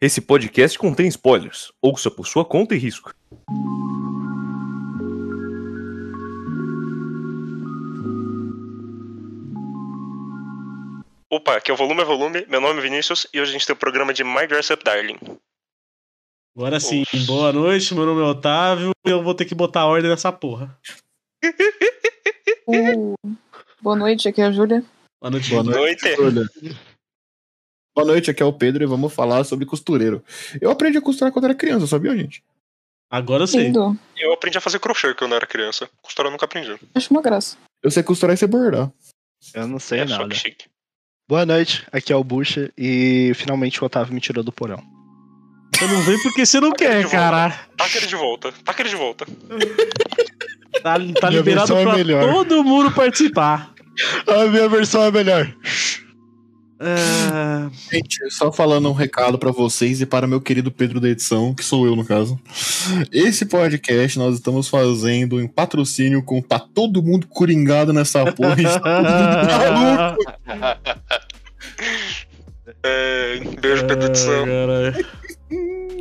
Esse podcast contém spoilers. Ouça por sua conta e risco. Opa, aqui é o Volume é Volume, meu nome é Vinícius e hoje a gente tem o programa de My Dress Up Darling. Agora sim, boa noite, meu nome é Otávio e eu vou ter que botar ordem nessa porra. Uh, boa noite, aqui é a Júlia. Boa noite, Boa noite. noite. É. Júlia. Boa noite, aqui é o Pedro e vamos falar sobre costureiro. Eu aprendi a costurar quando era criança, sabia, gente? Agora eu sei. Lindo. Eu aprendi a fazer crochê quando eu era criança. Costurar eu nunca aprendi. Acho uma graça. Eu sei costurar e sei bordar. Eu não sei é só nada. que chique. Boa noite, aqui é o Bucha e finalmente o Otávio me tirou do porão. Você não vem porque você não Agora eu quer, vou. cara. Taca ele de volta, taca ele de volta. Tá, tá Minha liberado versão é pra melhor. todo mundo participar. A minha versão é melhor. Ah, Gente, só falando um recado pra vocês e para meu querido Pedro da edição, que sou eu no caso. Esse podcast nós estamos fazendo em patrocínio com tá todo mundo coringado nessa porra. Tá e todo mundo maluco. É, beijo, Pedro de ah, São. cara.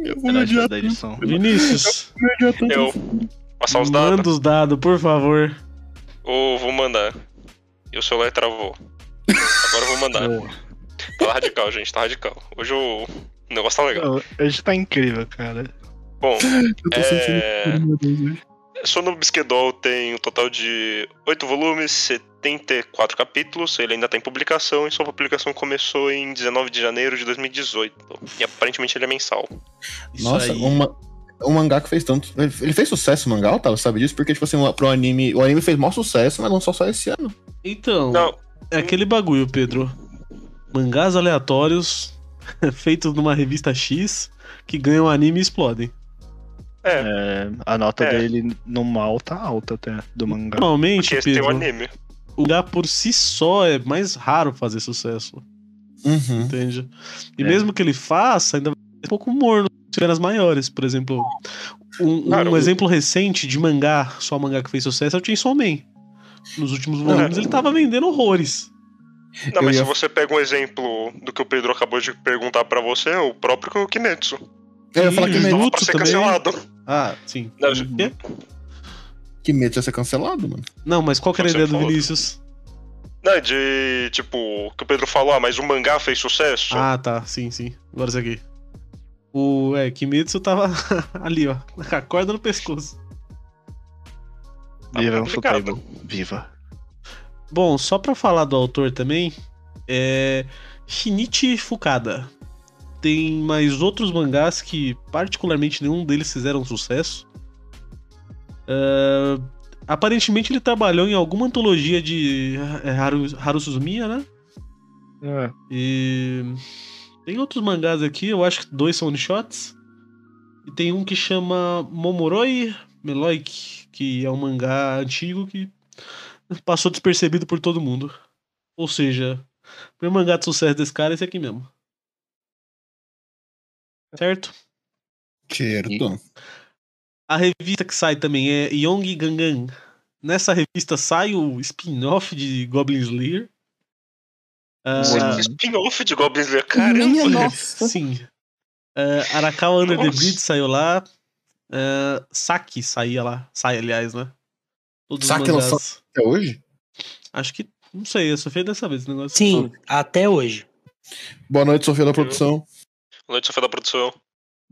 Eu vou me Melhor odiar da edição. Vinícius, tanto. Eu. Passar os dados? manda os dados, por favor. Ou vou mandar. E o celular travou. Agora eu vou mandar. Boa. Tá radical, gente, tá radical. Hoje o o negócio tá legal. Não, Hoje tá incrível, cara. Bom, Eu tô sentindo é... tudo, meu Deus, né? hoje. Sono Bisquedol tem um total de 8 volumes, 74 capítulos. Ele ainda tá em publicação e sua publicação começou em 19 de janeiro de 2018. E aparentemente ele é mensal. Isso Nossa, aí. uma, um mangá que fez tanto. Ele fez sucesso o mangá, Otávio, sabe disso? Porque, tipo assim, pro anime. O anime fez maior sucesso, mas lançou só esse ano. Então, Não, é aquele bagulho, Pedro. Mangás aleatórios feitos numa revista X que ganham anime e explodem. é. É, a nota É. dele no mal tá alta até do mangá. Normalmente, Porque esse tem Pedro, um anime. o mangá por si só é mais raro fazer sucesso. Uhum. Entende? E É. mesmo que ele faça, ainda vai ser um pouco morno se tiver as maiores. Por exemplo, um, um Cara, o- exemplo recente de mangá, só mangá que fez sucesso, é o Chainsaw Man. Nos últimos volumes Cara. ele tava vendendo horrores. Não, mas ia- se você pega um exemplo do que o Pedro acabou de perguntar pra você, é o próprio Kimetsu. Então, Eu ia falar que Ih, medo, Jutsu Pra ser também. cancelado. Ah, sim. Não, Uhum. que medo ia ser cancelado, mano. Não, mas qual que era a Você ideia do falou. Vinícius? Não, de tipo, que o Pedro falou, ah, mas o mangá fez sucesso. Ah, tá. Sim, sim. Agora isso aqui. O é, Kimetsu tava ali, ó. Com a corda no pescoço. tá Viva, é um complicado. futebol. Viva. Bom, só pra falar do autor também, é. Shinichi Fukada. Tem mais outros mangás que, particularmente, nenhum deles fizeram sucesso. Ah, aparentemente, ele trabalhou em alguma antologia de é, Haru, Haru Suzumiya, né? É, E. Tem outros mangás aqui, eu acho que dois são one shots. E tem um que chama Momoroi Meloik, que é um mangá antigo que passou despercebido por todo mundo. Ou seja, o primeiro mangá de sucesso desse cara é esse aqui mesmo. Certo? Certo. A revista que sai também é Yong Gangan. Nessa revista sai o spin-off de Goblin Slayer. Ah, Gente, que Spin-off de Goblin Slayer, caramba. Minha nossa. Sim. Eh, Arakawa Under the Nossa. Bridge saiu lá. Eh, Saki saía lá. Sai, aliás, né? Todos os Saki mangás. Até hoje? Acho que. Não sei, eu só fiz dessa vez esse negócio. Sim, até hoje. Boa noite, Sofia da produção. Boa noite, Sofia da produção.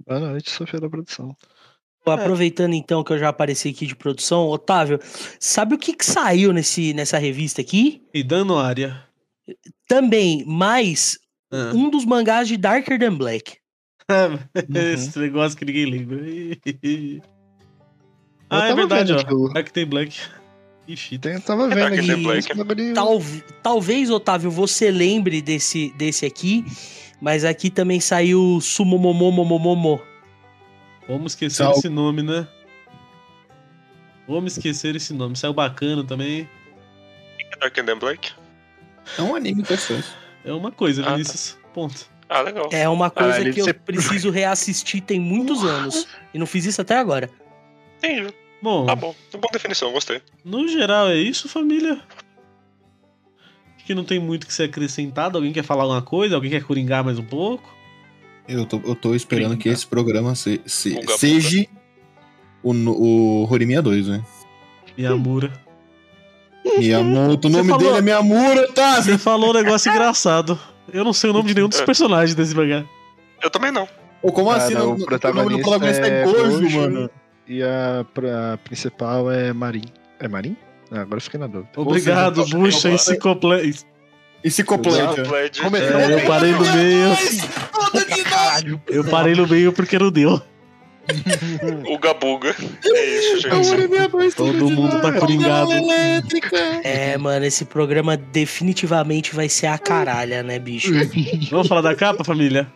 boa noite, Sofia da produção. Tô Aproveitando então que eu já apareci aqui de produção, Otávio, sabe o que, que saiu nesse, nessa revista aqui? E dando área. Também, mais Ah. um dos mangás de Darker Than Black. esse negócio que ninguém lembra. Eu ah, é tava verdade, vendo ó. aquilo. Dark Day Black. Ixi, Tem- Tava vendo Darker aqui. Than Black. esse bagulho- Tá um Tal, talvez, Otávio, você lembre desse, desse aqui, mas aqui também saiu Sumomomomomomomo. vamos esquecer Sal- esse nome, né? Vamos esquecer esse nome. Saiu bacana também. Dark and Then Black. É um anime interessante. É uma coisa, Ah, tá. Vinícius. Ponto. Ah, legal. É uma coisa ele que eu se- preciso reassistir tem muitos anos. E não fiz isso até agora. Entendi. Bom, Tá bom. Uma boa definição, gostei. No geral é isso, família. Acho que não tem muito que ser acrescentado. Alguém quer falar alguma coisa? Alguém quer coringar mais um pouco? Eu tô, eu tô esperando Gringa. que esse programa se, se- Buga, buga. seja o, no- o Horimiya 2, né? Miyamura. Miyamoto, o Você nome falou- dele é Miyamura, tá? Você falou um negócio engraçado. Eu não sei o nome de nenhum dos personagens desse mangá. Eu também não. Pô, como Cara, assim? o Não, o nome protagonista do protagonista é, é Gojo, Gojo. mano. E a, pra- a principal é Marin. É Marin? Ah, agora eu fiquei na dúvida. Obrigado, seja, Bucha, eu- enciclopédia. E se completa. Pledge. Como é que É, eu parei no meio. Eu parei no meio porque não deu. O Gabuga. É isso, gente. Todo mundo tá coringado. É, mano, esse programa definitivamente vai ser a caralha, né, bicho? Vamos falar da capa, família?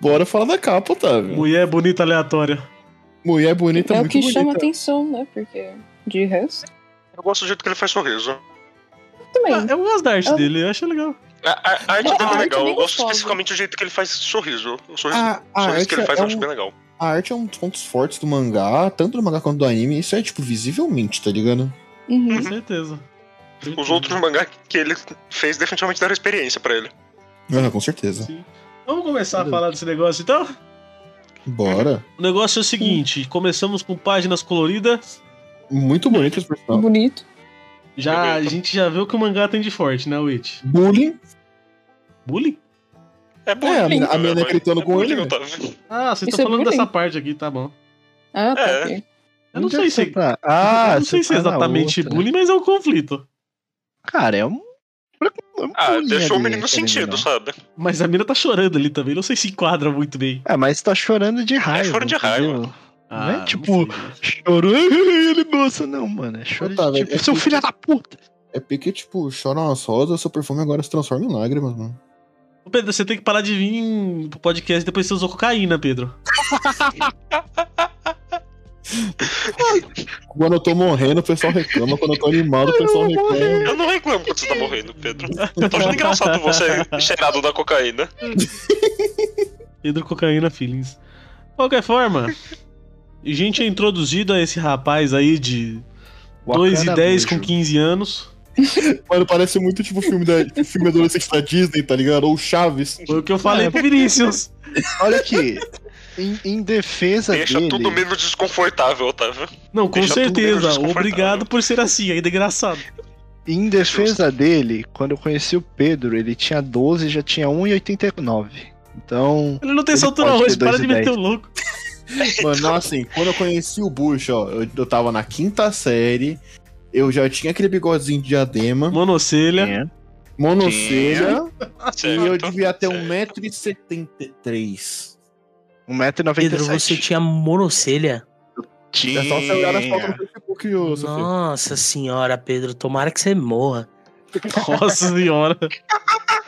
Bora falar da capa, Otávio. Mulher bonita aleatória. Mulher tá bonita, é o muito que chama bonita. atenção, né? Porque de resto, Eu gosto do jeito que ele faz sorriso. também. Ah, eu gosto da arte Eu- dele, eu achei legal. A, a- a arte A dele é arte é legal. bem Eu gosto gostosa. especificamente do jeito que ele faz sorriso. O sorriso, A, a, sorriso arte que ele faz é eu acho um- bem legal. a arte é um dos pontos fortes do mangá, tanto do mangá quanto do anime. Isso é, tipo, visivelmente, tá ligado? Uhum. Com certeza. Os outros mangás que ele fez definitivamente deram experiência pra ele. Ah, com certeza. Vamos começar a falar desse negócio então? Bora. O negócio é o seguinte: começamos com páginas coloridas. Muito bonito esse personagem. Bonito. Já, a gente já viu que o mangá tem de forte, né, Witch? Bullying. Bullying? É bom. É, a mina- a mina né, mas- gritando é com bullying, ele, Otávio. Ah, vocês Isso estão é falando bullying? dessa parte aqui, tá bom. Ah, tá. É. ok. Eu não Onde é sei que você se. tá? Ah, eu não você sei se é tá na exatamente outra. bullying, mas é um conflito. Cara, é um. é um Ah, bullying deixou o ali, menino né? tá querendo ou sentido, não. sabe? Mas a mina tá chorando ali também. Não sei se enquadra muito bem. Ah, mas tá chorando de raiva. choro É, de entendeu? raiva. Não é Ah, tipo- não sei, gente. Chorou, ele gosta, não, mano. É choro Puta, de velho, tipo, é seu que- filho da puta. É porque, tipo, choram as rosas, seu perfume agora se transforma em lágrimas, mano. Ô, Pedro, você tem que parar de vir pro podcast depois que você usou cocaína, Pedro. Quando eu tô morrendo, o pessoal reclama. Quando eu tô animado, o pessoal reclama. Eu não reclamo quando você tá morrendo, Pedro. Eu tô achando engraçado você cheirado da cocaína. Pedro Cocaína Feelings. Qualquer forma, a gente é introduzido a esse rapaz aí de 2 e 10 com 15 anos. Mano, parece muito tipo filme, da, filme adolescente da Disney, tá ligado? Ou Chaves. Foi o que eu falei É. pro Vinícius. Olha aqui. Em, em Tá defesa Deixa dele. tudo menos desconfortável, Otávio. Não, com Deixa tudo menos certeza. desconfortável. Obrigado por ser assim, ainda é engraçado. Em defesa dele, quando eu conheci o Pedro, ele tinha 12 e já tinha 1,89. Então. Ele não tem Ele essa altura pode ter hoje, para dois e de meter o dez. um louco. Mano, não, assim, quando eu conheci o Bush, ó, eu, eu tava na quinta série. Eu já tinha aquele bigodinho de diadema, Monocelha. é. monocelha, e Certo? eu devia ter Certo. 1,73m. 1,97m. Pedro, você tinha monocelha? É só você olhar na foto no Facebook, ô, Sofia. Nossa senhora, Pedro, tomara que você morra. Nossa senhora.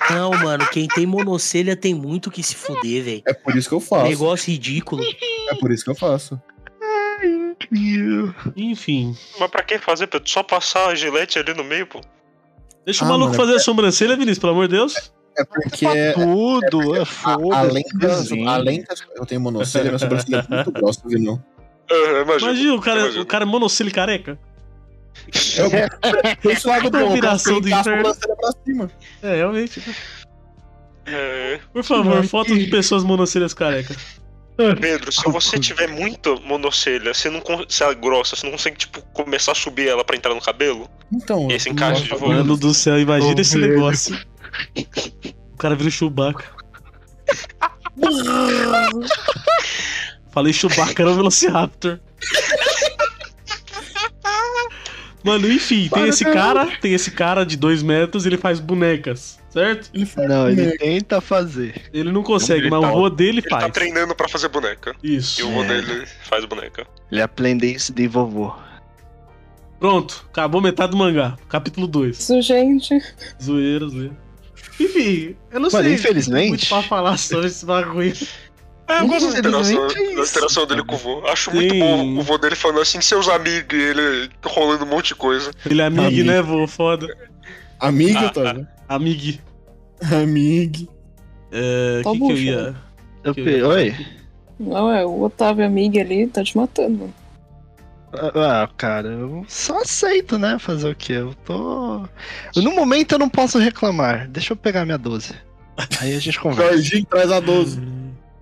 Não, mano, quem tem monocelha tem muito que se fuder, velho. Um É por isso que eu faço. Negócio ridículo. É por isso que eu faço. Enfim. Mas pra que fazer, Pedro? Só passar a gilete ali no meio, pô. Deixa o Ah, maluco mano, fazer a sobrancelha, Vinícius, pelo amor de Deus. É porque é, Tudo, é, A- foda-se. além, das, desenho. além das. Eu tenho monocelha, minha sobrancelha é muito grossa, viu? Não. Aham, imagina. Imagina o cara, Imagina. o cara monocelho careca. É, Por isso lado bom, eu posso Viração assim, do deitar tá a inferno. sobrancelha pra cima. É, realmente. É. Por favor, fotos de pessoas monocelhas careca. Pedro, se você tiver muito monocelha, você não con- se ela é grossa, você não consegue, tipo, começar a subir ela pra entrar no cabelo? Então. E esse encaixe de volta? Mano do céu, imagina Ô, esse velho. negócio. O cara vira o Chewbacca. Falei Chewbacca, era o Velociraptor. Mano, enfim, tem esse cara, tem esse cara de 2 metros, ele faz bonecas, certo? Ele faz Não, ele boneca. tenta fazer. Ele não consegue, Ele mas tá- o vô dele Ele tá faz. treinando pra fazer boneca. E Isso. o vô dele faz boneca. Ele aprendeu isso de vovô. Pronto, acabou metade do mangá. Capítulo 2. Isso, gente. Zoeira, zoeira. Enfim, eu não Mano, sei muito infelizmente. pra falar sobre esse bagulho. Ah, eu gosto da interação, Infelizmente é da isso. interação dele com o vô. Acho É, Sim. muito bom o vô dele falando assim, seus amigos, e ele rolando um monte de coisa. Ele é amigo, Amigo. né, vô? Foda. Amiga, Ah, tá vendo? Amigo. Amiga. É, Só que que eu bucha, ia... Eu Que- pe- Oi? Não, é o Otávio amigo ali, tá te matando. Ah, cara, eu só aceito, né? Fazer o quê? Eu tô. No momento eu não posso reclamar. Deixa eu pegar minha 12. Aí a gente conversa. Jorginho traz a 12.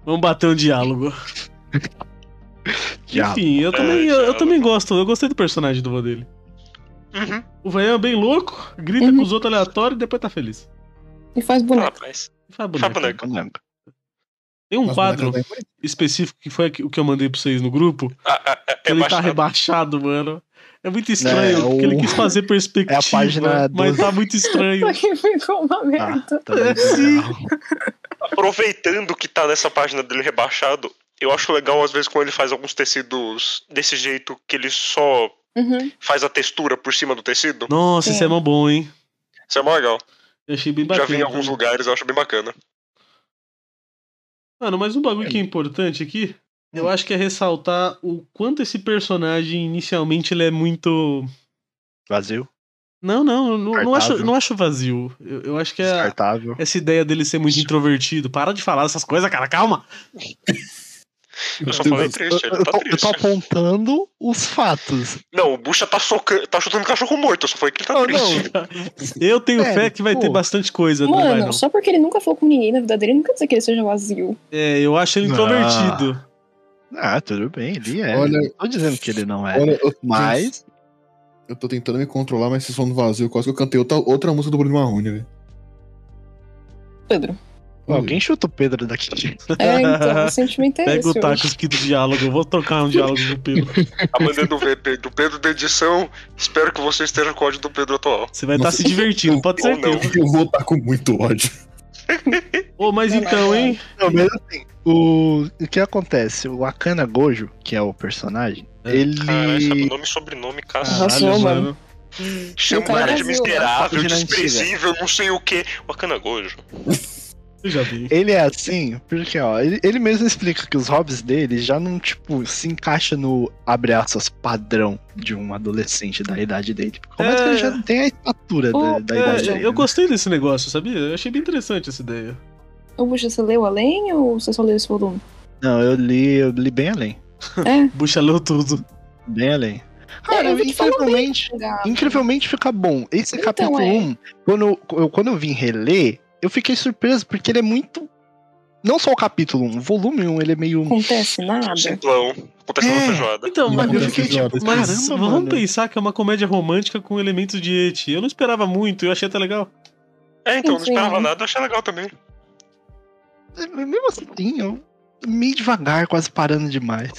Vamos bater um diálogo. Diabo. Enfim, eu também, eu, eu É, diálogo. também gosto. Eu gostei do personagem do vô dele. Uhum. O Vayan é bem louco, grita Uhum. com os outros aleatórios e depois tá feliz. E faz boneco. Rapaz. Faz Faz boneco. boneco. Tem um Mas é quadro boneco não tem- específico que foi aqui- o que eu mandei pra vocês no grupo. Ah, ah, ah, que é ele tá baixado. rebaixado, mano. É muito estranho, É, porque ele o- quis fazer perspectiva, É a página mas 12. tá muito estranho. Só que ficou um Ah, uma merda. também É, não. sim. Aproveitando que tá nessa página dele rebaixado, eu acho legal às vezes quando ele faz alguns tecidos desse jeito que ele só Uhum. faz a textura por cima do tecido. Nossa, isso é mó bom, hein? Isso é mó legal. Eu achei bem Já bacana. vi em alguns lugares, eu acho bem bacana. Mano, mas um bagulho que é importante aqui, Hum. eu acho que é ressaltar o quanto esse personagem inicialmente ele é muito. Vazio, Não, não, eu não, não acho, Descartável. não acho vazio. Eu, eu acho que é descartável. essa ideia dele ser muito introvertido. Para de falar essas coisas, cara, calma! Eu só Deus, falei Eu, triste, ele eu tá tô, eu triste. tô apontando os fatos. Não, o Bucha tá socando, tá chutando cachorro morto, eu só falei que ele tá Não, triste. não. Eu tenho É, fé que vai pô. ter bastante coisa, não vai Mano, não. só porque ele nunca falou com ninguém na vida dele, não quer dizer que ele seja vazio. É, eu acho ele Ah. introvertido. Ah, tudo bem, ele é. Olha- não tô dizendo que ele não é. Olha, eu, Mas, eu tô tentando me controlar, mas vocês falam do vazio, quase que eu cantei outra, outra música do Bruno Marrone, velho. Pedro. alguém chuta o Pedro daqui. É, então, o sentimento é Pega o esse. hoje. taco aqui do diálogo, eu vou tocar um diálogo com o Pedro. Tá mandando ver, Pedro. Pedro da edição, espero que você esteja com o ódio do Pedro atual. Você vai estar Nossa. se divertindo, pode Ou ser não. Eu vou estar com muito ódio. Ô, mas Não, então, não, hein? Não, mas assim, o, o que acontece? O Akana Gojo, que é o personagem, É. ele. Caralho, sabe nome e sobrenome, cara. Arrasou, Caralho, mano. Chama o cara cara de vazio, né? miserável, Ah. Página desprezível, não sei o quê. Bacana Gojo. Eu já vi. Ele é assim, porque ó, ele, ele mesmo explica que os hobbies dele já não, tipo, se encaixa no abre aspas padrão de um adolescente da idade dele. Como é que É. ele já não tem a estatura da, Oh, da É, idade eu- dele? eu né? gostei desse negócio, sabia? Eu achei bem interessante essa ideia. Ô, Buxa, você leu além ou você só leu esse volume? Não, eu li, eu li bem além. Bucha leu tudo. Bem além. É, Cara, eu vi que falou incrivelmente, incrivelmente fica bom. Esse Então, capítulo é. 1, quando eu, quando eu vim reler, eu fiquei surpreso porque ele é muito. Não só o capítulo 1, o volume 1 ele é meio. Acontece nada. Simplão. Aconteceu uma É. feijoada. Então, mas, Não, eu fiquei acontece tipo, mas caramba, vamos mano. pensar que é uma comédia romântica com elementos de eti. Eu não esperava muito, eu achei até legal. É, então, não Sim, esperava sim. nada, eu achei legal também. Mesmo assim, eu meio devagar, quase parando demais.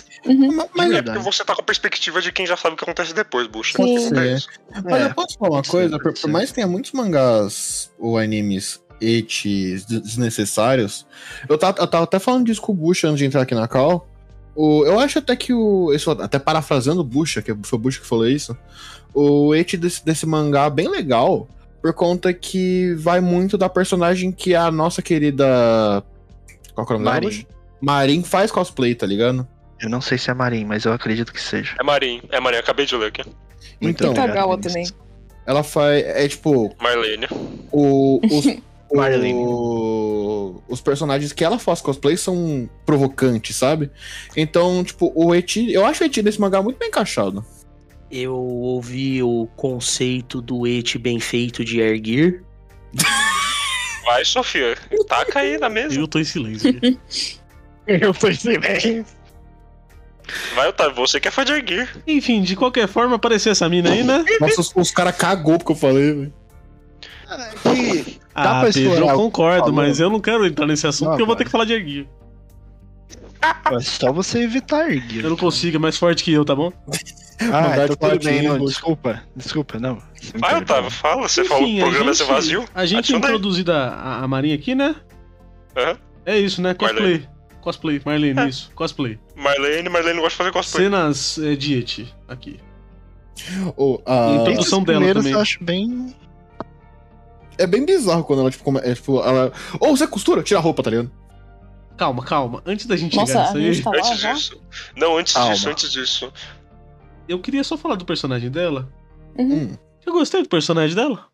É Uhum. Mas, De mas- Porque verdade. você tá com a perspectiva de quem já sabe o que acontece depois, Bucha. Sim. É isso. Mas É. eu posso falar uma pode ser, coisa? Por, pode por ser. mais que tenha muitos mangás ou animes etes des- desnecessários, eu tava, eu tava até falando disso com o Bush antes de entrar aqui na Cal. O, eu acho até que o. Isso, até parafraseando o Bucha, que é, foi o Bucha que falou isso. O et desse, desse mangá é bem legal, por conta que vai muito da personagem que é a nossa querida. Qual que é o nome Marin. dela? Bucha? Marin faz cosplay, tá ligado? Eu não sei se é Marim, mas eu acredito que seja. É Marim. É Marim, acabei de ler aqui. Muito então, obrigado. Tagawa Vinícius. também. ela faz. É tipo. Marlene. O, os, o- Marlene. os personagens que ela faz cosplay são provocantes, sabe? Então, tipo, o Eti. Eu acho o Eti desse mangá muito bem encaixado. Eu ouvi o conceito do et bem feito de erguir. Vai, Sofia. Taca aí na mesa. Eu tô em silêncio. Eu tô em silêncio. Vai, Otávio. Você que é fã de Erguir. Enfim, de qualquer forma, apareceu essa mina aí, né? Nossa, os, os caras cagou porque eu falei, velho. Cara, que- Ah, pra Pedro, eu explorar o que concordo, falou? mas eu não quero entrar nesse assunto Não, porque eu vou ter cara. que falar de erguia. É só você evitar erguer. Eu não consigo, é mais forte que eu, tá bom? Ah, Mandar então tudo bem, todinho. não. Desculpa, desculpa, não. Vai, Entendeu? Otávio. Fala. Você falou que o a programa ia ser gente- vazio. A gente Adiciona aí. introduzida a, a Marinha aqui, né? Aham. É isso, né? Cosplay. Marlene. Cosplay, Marlene, É. isso. Cosplay. Marlene, Marlene não gosta de fazer cosplay. Cenas é, de Eti aqui. Ô, a- Então- Esses Produção dela primeiros também. Eu acho bem. É bem bizarro quando ela, tipo, come, é, tipo ela. Ou você costura, tira a roupa, tá ligado? Calma, calma. Antes da gente Nossa, chegar a nisso aí, gente tá lá Antes já? disso. Não, antes Calma. disso, antes disso. eu queria só falar do personagem dela. Uhum. Hum. Eu gostei do personagem dela.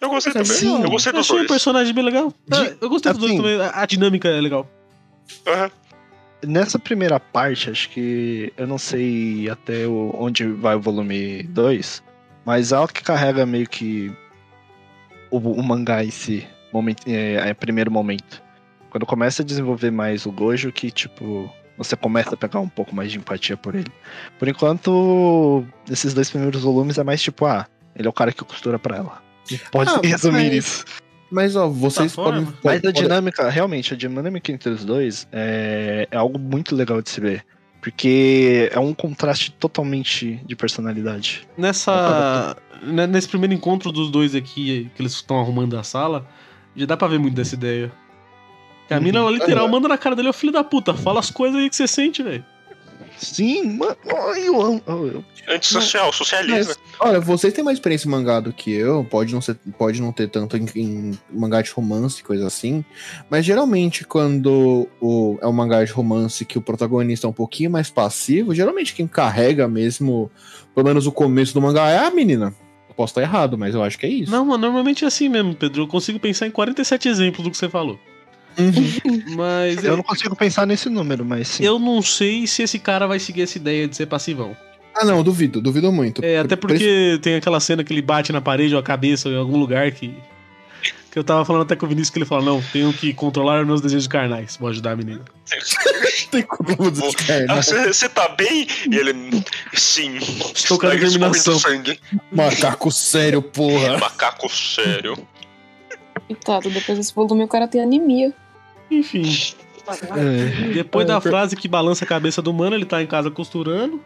Eu gostei também. Sim. Eu gostei Eu dos achei o dois. personagem bem legal. Ah, De- Eu gostei dos dois assim- também. A a dinâmica é legal. Aham. Nessa primeira parte, acho que. Eu não sei até o- onde vai o volume 2, mas algo que carrega meio que. O, o mangá em si. Momento, é, é, primeiro momento. Quando começa a desenvolver mais o Gojo, que tipo, você começa a pegar um pouco mais de empatia por ele. Por enquanto, esses dois primeiros volumes é mais tipo, ah, ele é o cara que costura pra ela. Pode Ah, resumir mas- isso. Mas, ó, vocês Tá fora, podem. mano. Mas a podem- dinâmica, realmente, a dinâmica entre os dois é, é algo muito legal de se ver. Porque é um contraste totalmente de personalidade. Nessa. né, Nesse primeiro encontro dos dois aqui, que eles estão arrumando a sala, já dá pra ver muito dessa ideia. Que Uhum. a mina, ela literal, Uhum. manda na cara dele, ó, filho da puta, fala as coisas aí que você sente, velho. Sim, mano, eu amo. eu- Antissocial, socialista. Mas, olha, vocês têm mais experiência em mangá do que eu, pode não, ser, pode não ter tanto em, em mangá de romance, coisa assim, mas geralmente quando o, é um mangá de romance que o protagonista é um pouquinho mais passivo, geralmente quem carrega mesmo, pelo menos o começo do mangá, é a menina. Eu Posso estar errado, mas eu acho que é isso. Não, mano, normalmente é assim mesmo, Pedro. Eu consigo pensar em 47 exemplos do que você falou. Uhum. Mas Eu é- eu, não consigo pensar nesse número, mas sim. eu não sei se esse cara vai seguir essa ideia de ser passivão. Ah, não, duvido, duvido muito. É, até porque tem aquela cena que ele bate na parede ou a cabeça ou em algum lugar que. Que eu tava falando até com o Vinícius que ele fala: Não, tenho que controlar meus desejos carnais. Vou ajudar a menina. Tem como dizer, Ah, né? Você você tá bem? E ele. Sim. Estou com a Sangue determinação. escorrendo sangue. Macaco sério, porra. Macaco sério. Coitado, depois desse volume o cara tem anemia. Enfim, É. depois da É, per- frase que balança a cabeça do mano, ele tá em casa costurando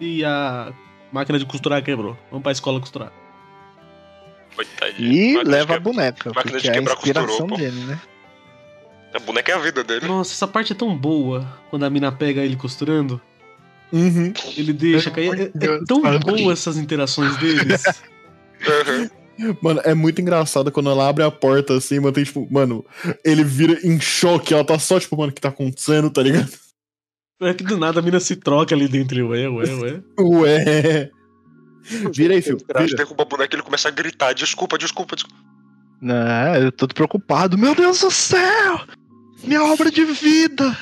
e a máquina de costurar quebrou. Vamos pra escola costurar. Coitadinho. E Máquina de leva a quebra- boneca, máquina de porque é a quebrar costurou, inspiração pô. dele, né? A boneca é a vida dele. Nossa, essa parte é tão boa quando a mina pega ele costurando. Uhum. Ele deixa cair. É, é tão Meu Deus. boa essas interações deles. Uhum. Mano, é muito engraçado quando ela abre a porta assim, mano, tem tipo, mano, ele vira em choque, ela tá só tipo, mano, o que tá acontecendo, tá ligado? É que do nada a mina se troca ali dentro. ele, Ué, ué, é, ué. Ué. Vira aí, filho. Ele Vira. derruba a boneca e ele começa a gritar: desculpa, desculpa, desculpa. Não, né? É, eu tô todo preocupado. Meu Deus do céu! Minha obra é de vida!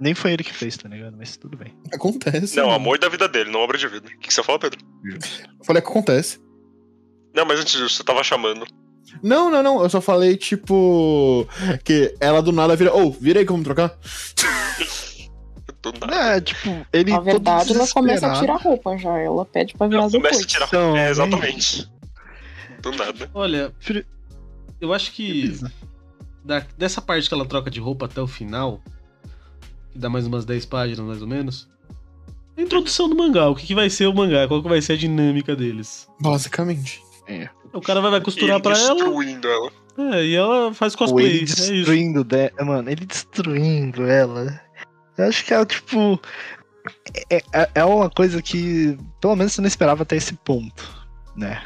Nem foi ele que fez, tá ligado? Mas tudo bem. Acontece. Não, mano. amor da vida dele, não obra de vida. O que que você fala, Pedro? Eu Falei, acontece. Não, mas antes disso, você tava chamando. Não, não, não. Eu só falei, tipo. Que ela do nada vira. Ô, vira aí que vamos trocar. Do nada. É, tipo, ele. Na todo verdade, ela começa a desesperado. tirar a roupa já. Ela pede pra virar Ela as começa a depois. tirar. Então, É, exatamente. Do nada. Olha, Filho- eu acho que da- dessa parte que ela troca de roupa até o final, que dá mais umas 10 páginas mais ou menos, a introdução do mangá, o que, que vai ser o mangá, qual que vai ser a dinâmica deles. Basicamente. O cara vai, vai costurar Ele pra ela, Destruindo ela. é, e ela faz Ou cosplay, ele é isso. destruindo dela. Mano, ele destruindo ela. Eu acho que é tipo. É, é, é uma coisa que, pelo menos, você não esperava até esse ponto, né?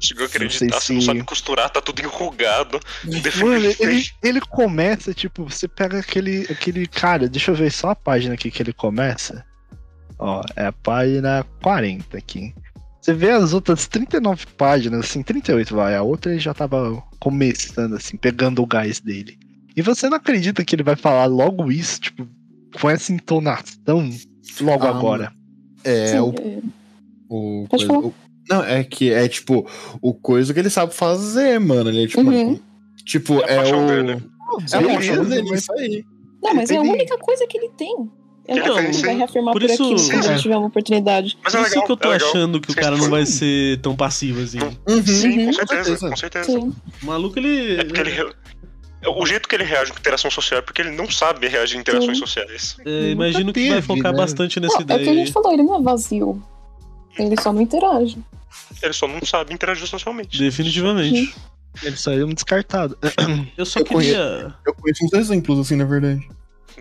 Chegou a Não sei acreditar, você não se- sabe costurar, tá tudo enrugado. Mano, ele, Defeito. ele começa, tipo, você pega aquele, aquele. Cara, deixa eu ver só a página aqui que ele começa. Ó, é a página 40 aqui. Você vê as outras 39 páginas, assim, 38 vai. A outra ele já tava começando, assim, pegando o gás dele. E você não acredita que ele vai falar logo isso, tipo, com essa entonação logo Ah, agora. É, Sim, o é. O Pode coisa- falar. o- não, é que é tipo, o coisa que ele sabe fazer, mano. Ele é tipo. Uhum. Tipo, É a é, paixão o. dele. É a Beleza, paixão dele, mas- isso aí. Não, mas é a Ele- única coisa que ele tem. É Ela Então, não vai reafirmar por por, isso- aqui né, quando Sim, é. tiver uma oportunidade. Mas Por é isso legal, que eu tô é legal. achando que o cara não vai ser tão passivo assim. Não. Uhum. Sim, Uhum. com certeza, com certeza. Sim. O maluco, ele. É porque ele. re- O jeito que ele reage com interação social é porque ele não sabe reagir em interações sociais. é, imagino que vai teve, focar né? bastante nessa Não, é o que ideia. a aí. gente falou, ele não é vazio. Ele só não interage. Ele só não sabe interagir socialmente. Definitivamente. Ele saiu um descartado. Eu só Eu conhe- queria. Eu conheço uns exemplos, assim, na verdade.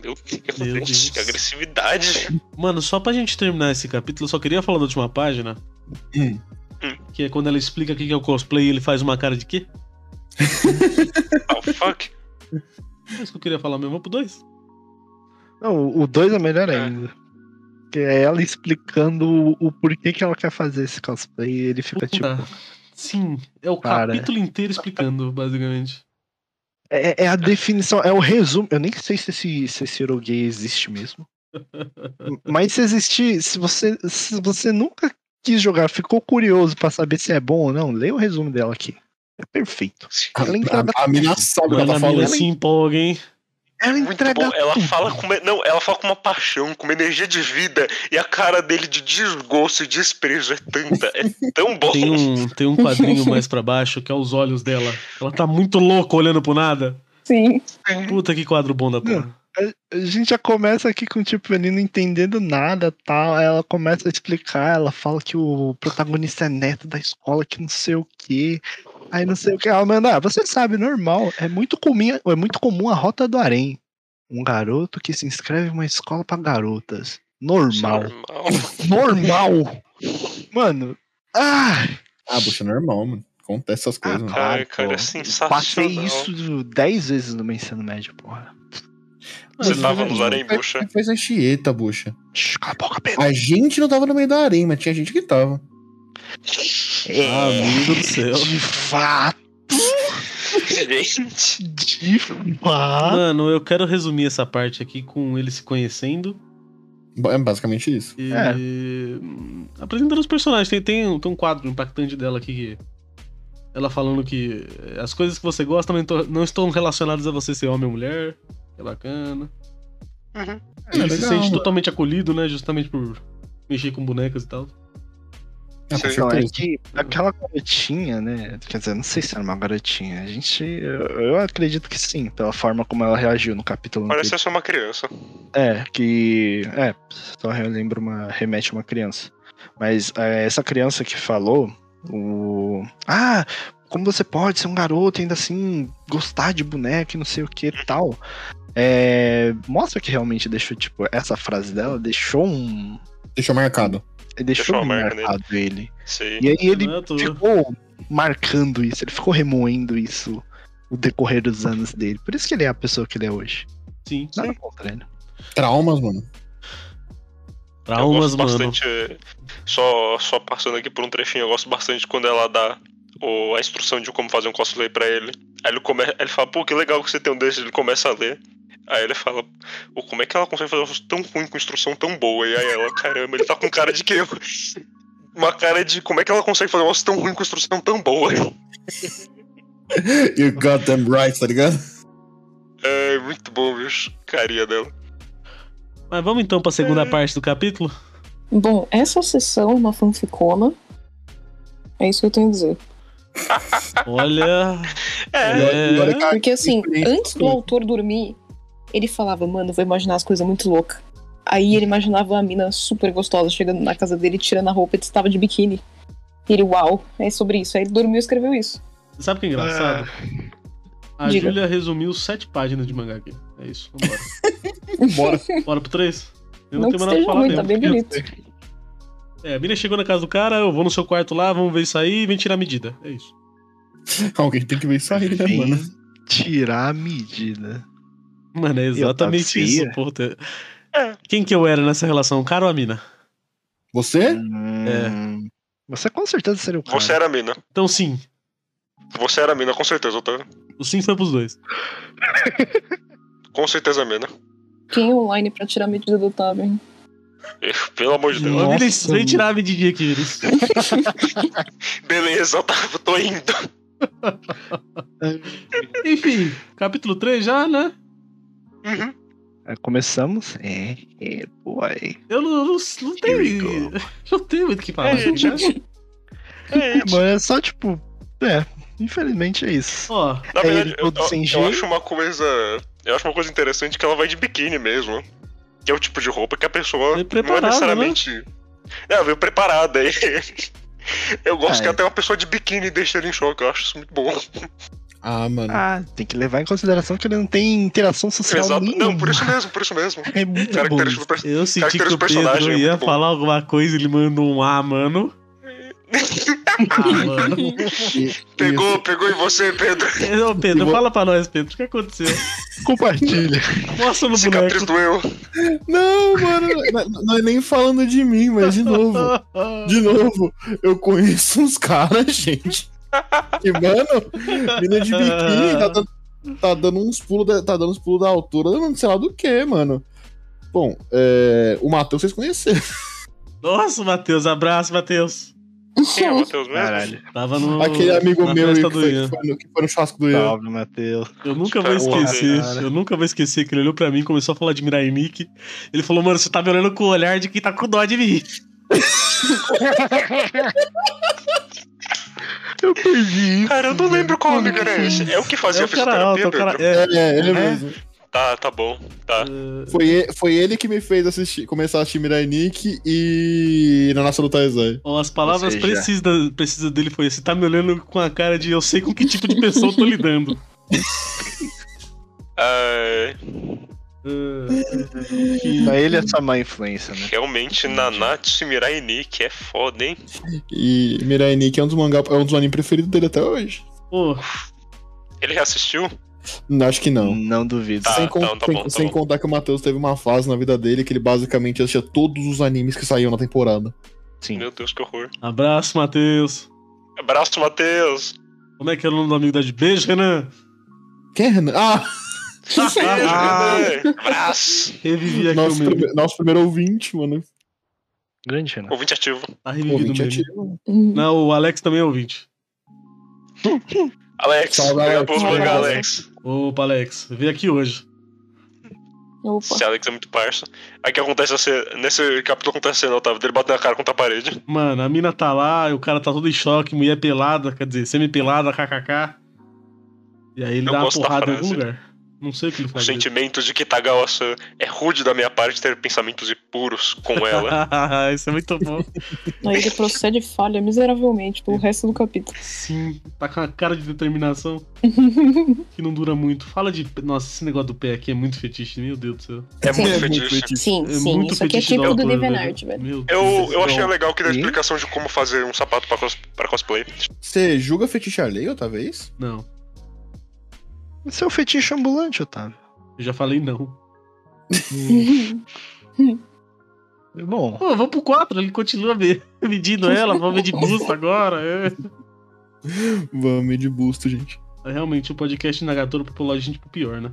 Meu Meu Deus, Deus. que agressividade. Mano, só pra gente terminar esse capítulo, eu só queria falar da última página. Hum. Que é quando ela explica o que que é o cosplay e ele faz uma cara de quê? Oh, fuck. É isso que eu queria falar mesmo, vamos pro dois. Não, o 2 é melhor É. ainda. Que é ela explicando o, o porquê que ela quer fazer esse cosplay. E ele fica tipo. Puta. Sim, é o Cara. capítulo inteiro explicando, basicamente. É, é a definição, é o resumo. Eu nem sei se esse, se esse eroguei existe mesmo. Mas se existir, se você, se você nunca quis jogar, ficou curioso pra saber se é bom ou não, leia o resumo dela aqui. É perfeito. A, Ela entrega, a, a mina sabe o que ela Quando tá a mina assim. falando. se empolga, hein? ela Muito entrega bom. Tipo, Ela fala, com uma, não, ela fala com uma paixão, com uma energia de vida, e a cara dele de desgosto e desprezo é tanta, é tão bom. Tem um, tem um quadrinho mais pra baixo que é os olhos dela. Ela tá muito louca olhando pro nada. Sim. Puta que quadro bom da porra. A gente já começa aqui com, tipo, ele não entendendo nada tal. aí Ela começa a explicar, ela fala que o protagonista é neto da escola, que não sei o quê. Aí não sei o que. Ela manda, ah, você sabe, normal. É muito comum, é muito comum a rota do harém. Um garoto que se inscreve em uma escola pra garotas. Normal. é Normal. Normal! Mano. Ah, Ah, bucha, normal, mano. Acontece essas coisas, mano. Ah, Ai, cara, pô. é sensacional. passei isso dez vezes no meu ensino médio, porra. Você Mas, tava né, nos arém, bucha? Você fez a chieta, bucha. Shh, cala a boca, Pedro. A gente não tava no meio da areia, mas tinha gente que tava. Ah, Amigo do céu. De fato, Gente. de fato. Mano, eu quero resumir essa parte aqui com ele se conhecendo Ba- É basicamente isso. e É. hum, É. apresentando os personagens. Tem, tem, um- tem um quadro impactante dela aqui que. Ela falando que eh, as coisas que você gosta não to- não estão relacionadas a você ser homem ou mulher. Que é bacana. Uhum. É, ele se legal, sente mano. totalmente acolhido, né? Justamente por mexer com bonecas e tal. Ah, com Não, é certeza. que aquela garotinha, né? Quer dizer, não sei se era uma garotinha. A gente. Eu, eu acredito que sim, pela forma como ela reagiu no capítulo. Parece ser uma criança. É, que. É, só relembro uma. remete a uma criança. Mas é, essa criança que falou. O. Ah! Como você pode ser um garoto e ainda assim gostar de boneca e não sei o que e tal. É, mostra que realmente deixou, tipo, essa frase dela deixou um. Deixa marcado. Deixou, uma um marca nele. marcado ele. Sei. E aí ele Não é à toa. ficou marcando isso, ele ficou remoendo isso o decorrer dos anos dele. Por isso que ele é a pessoa que ele é hoje. Sim. Nada contra ele. Traumas, mano. Traumas, eu gosto mano. bastante. eh, Só, só passando aqui por um trechinho, eu gosto bastante quando ela dá o, a instrução de como fazer um cosplay pra ele. Aí ele, come, aí ele fala, pô, que legal que você tem um desses. Ele começa a ler. Aí ele fala, pô, como é que ela consegue fazer um negócio tão ruim com instrução tão boa? E aí ela, caramba, ele tá com cara de que eu. Uma cara de como é que ela consegue fazer um negócio tão ruim com instrução tão boa? You got them right, tá ligado? É muito bom, bicho. Carinha dela. Mas vamos então pra É. segunda parte do capítulo? Bom, essa sessão é uma fanficona. É isso que eu tenho a dizer. Olha. É, É. E olha que a- Porque assim, diferente antes do tudo. autor dormir, ele falava, mano, eu vou imaginar as coisas muito loucas. Aí ele imaginava a mina super gostosa chegando na casa dele, tirando a roupa e estava de biquíni. E ele, uau, é sobre isso. Aí ele dormiu e escreveu isso. Sabe o que é engraçado? A Diga. Júlia resumiu sete páginas de mangá aqui. É isso, vambora. Bora. Bora pro três? Eu não não, que tenho mais nada pra esteja falar ruim, mesmo. tá bem bonito. É, a mina chegou na casa do cara, eu vou no seu quarto lá, vamos ver isso aí e vem tirar a medida. É isso. Alguém tem que ver isso aí, né, Vem mano? tirar a medida. Mano, é exatamente Eu isso, sabia. puta. Quem que eu era nessa relação, o cara ou a mina? Você? Hum, Você com certeza seria o cara. É. Você era a mina. Então sim, Você era a mina, com certeza, Otávio. o sim foi pros dois. Com certeza a mina. Quem online pra tirar a medida do Otávio? hein? Eu, Pelo amor de Deus. Ô, Vinícius, Nossa, vem tirar a medida aqui, Vinícius. Beleza, Otávio, tô indo. Enfim, capítulo 3 já, né? Uhum. É, começamos? É, é, boy. Eu não, não, não we tenho. go. Não tenho muito o que falar. É, né? gente. É, É, mano, é só tipo. É, infelizmente é isso. Ó, Na É ele verdade, eu, todo sem eu jeito. acho uma coisa. Eu acho uma coisa interessante que ela vai de biquíni mesmo. Que é o tipo de roupa que a pessoa Veio não é preparada, necessariamente. É, ela veio preparada. e- Eu gosto Ah, que é. até uma pessoa de biquíni deixa ele em choque, eu acho isso muito bom. Ah, mano. Ah, tem que levar em consideração que ele não tem interação social. Exato. nenhuma. Não, por isso mesmo, por isso mesmo. tá É muito bom. Característica do personagem. eu senti que Caracteres o do personagem Pedro é ia muito bom. falar alguma coisa, ele mandou um ah, mano. Ah, mano. Pegou, pegou em você, Pedro. Ô, Pedro, fala pra nós, Pedro, o que aconteceu? Compartilha. Mostra no boneco. Cicatriz do eu. Não, mano, não- não é nem falando de mim, mas de novo. De novo, eu conheço uns caras, gente. E, mano, mina de biquíni tá, dando- tá dando uns pulos da, tá dando uns pulos da altura, não sei lá do que, mano. Bom, é, o Matheus vocês conheceram. Nossa, Matheus, abraço, Matheus. Quem é o Matheus mesmo? Caralho. Tava no. Aquele amigo na meu aí que festa do foi, que Ian. foi no, que foi no churrasco do Ian. Salve, Matheus. Eu nunca vou Cara, esquecer. cara. Eu nunca vou esquecer que ele olhou pra mim, começou a falar de Mirai Nikki. Ele falou, mano, você tá me olhando com o olhar de quem tá com dó de mim. Eu perdi. Cara, eu não lembro qual amigo era esse. É o que fazia é o cara alto, é o Pedro? cara. É, É, ele É? mesmo. Tá, tá bom. Tá. Foi, e- foi ele que me fez assistir, começar a assistir Mirai Nikki e na nossa luta Taizai. Bom, as palavras Ou seja- precisas precisa dele foi você tá me olhando com a cara de eu sei com que tipo de pessoa eu tô lidando. Ah, É. Pra ele é só má influência, né? realmente, Nanatsu Mirai Nikki é foda, hein? E Mirai Nikki é um dos mangá, é um dos animes preferidos dele até hoje. Pô, Ele já assistiu? Não, acho que não. Não duvido. Tá. sem con- tá sem- bom, tá sem bom. contar que o Matheus teve uma fase na vida dele que ele basicamente assistia todos os animes que saíam na temporada. Sim. Meu Deus, que horror. abraço, Matheus. Abraço, Matheus. Como é que é o nome do amigo da de beijo, Renan? Quem é Renan? Ah, Beijo, Ah. Renan. Abraço. Revivi aqui é nosso, o meme. prime- nosso primeiro ouvinte, mano. Grande, Renan. Ouvinte ativo. Tá revivido o Ouvinte meme. ativo. Hum. Não, o Alex também é ouvinte. Alex, Salve, obrigado Alex. pelos Salve, mangá, Alex. Alex. Opa, Alex, veio aqui hoje. Opa. Esse Alex é muito parça. Aí que acontece a cena- Nesse capítulo acontece a cena, Otávio, dele batendo a cara contra a parede. Mano, a mina tá lá, e o cara tá todo em choque, mulher pelada, quer dizer, semi-pelada, kkk. E aí ele Eu dá uma gosto da porrada em algum frase. lugar. Não sei o que ele O faz. sentimento de que Tagawa-san é rude da minha parte ter pensamentos impuros com ela. Isso é muito bom. Aí ele procede e falha miseravelmente pelo resto do capítulo. Sim, tá com a cara de determinação que não dura muito. Fala de. Nossa, esse negócio do pé aqui é muito fetiche, meu Deus do céu. é muito É muito fetiche. fetiche. Sim, É sim. muito Isso aqui é fetiche né? típico do autor, Devenart, velho. Meu Deus Eu, do eu céu. achei legal que deu a E? explicação de como fazer um sapato pra, cos, pra cosplay. Você julga fetiche alheio, talvez? Não, Esse é o fetiche ambulante, Otávio. eu já falei não. Bom, Pô, vamos pro 4, ele continua me- medindo ela, vamos ver de busto agora. é. Vamos meio de busto, gente. Realmente, o podcast Nagatoro populou a gente pro pior, né?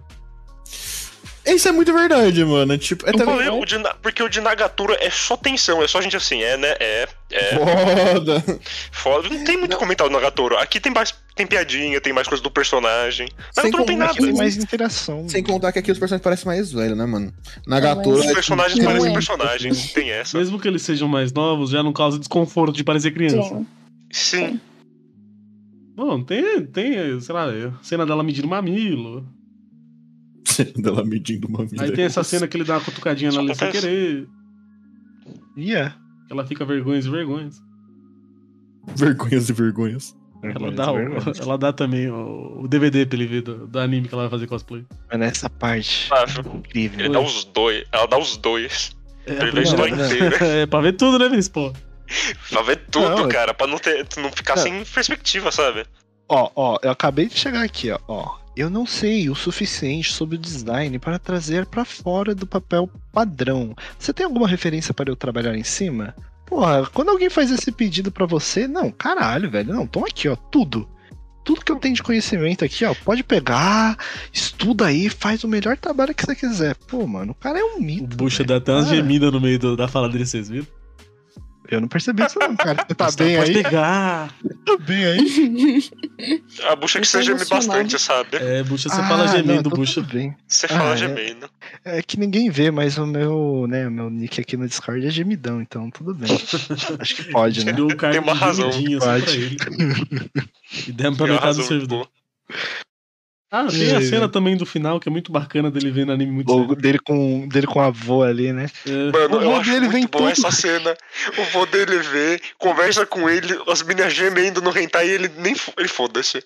Isso é muito verdade, mano. Tipo, é O também problema- o de Na- porque o de Nagatura é só tensão, é só gente assim, é, né? É foda. foda. Não tem muito comentário do Nagatoro. Aqui tem mais tem piadinha, tem mais coisa do personagem. Nagatoro não tem contar nada. que- tem mais interação. Sem contar que aqui os personagens parecem mais velhos, né, mano? Mas- Nagatora. Os personagens Não parecem um é. personagens, tem essa. Mesmo que eles sejam mais novos, já não causa desconforto de parecer criança. Sim. Sim. Bom, tem, tem, sei lá, é, cena dela medindo mamilo. dela medindo uma vida. Aí tem essa cena que ele dá uma cutucadinha Isso nela sem acontece. querer. E é. que Ela fica vergonhas e vergonhas. Vergonhas e vergonhas. Ah, Ela dá, Mas o, ela dá também o, o DVD pra ele ver do, do anime que ela vai fazer cosplay. nessa parte. Otávio, Tá. Ele Incrível. dá um os dois. Ela dá os dois. É, Pra ele ver a primeira- história inteira. é pra ver tudo, né, Vinícius? Pô, Pra ver tudo, Não, é- cara. Pra não, ter, não ficar Não. sem perspectiva, sabe? Ó, ó, eu acabei de chegar aqui, ó, ó. Eu não sei o suficiente sobre o design para trazer pra fora do papel padrão. Você tem alguma referência para eu trabalhar em cima? Porra, quando alguém faz esse pedido pra você, não, caralho, velho, não, toma aqui, ó, tudo. Tudo que eu tenho de conhecimento aqui, ó, pode pegar, estuda aí, faz o melhor trabalho que você quiser. Pô, mano, o cara é um o mito. bucha velho. dá até umas Cara, gemidas no meio do- da fala dele, vocês viram? Eu não percebi isso não, cara. Você tá Você bem pode aí? pegar. Tá bem aí? A bucha que Eu é você tô geme emocionada. bastante, sabe? É, bucha, você fala Ah, não, gemendo, tô bucha. Tudo bem. Você Ah, fala é. gemendo. É que ninguém vê, mas o meu, né, meu nick aqui no Discord é gemidão, então tudo bem. Acho que pode, né? Deu o cargo Tem uma de razão, gemidinho, assim, pra pode. ele. E demos pra Tem uma metade do razão muito servidor. boa. Ah, tem a É. cena também do final que é muito bacana dele vendo anime muito Logo sério. dele com, dele com a avó ali, né? É, Mano, O eu vô acho dele vem muito bom tudo. essa cena. O vô dele vê, conversa com ele, as meninas gemendo no hentai e ele nem fo- ele foda-se.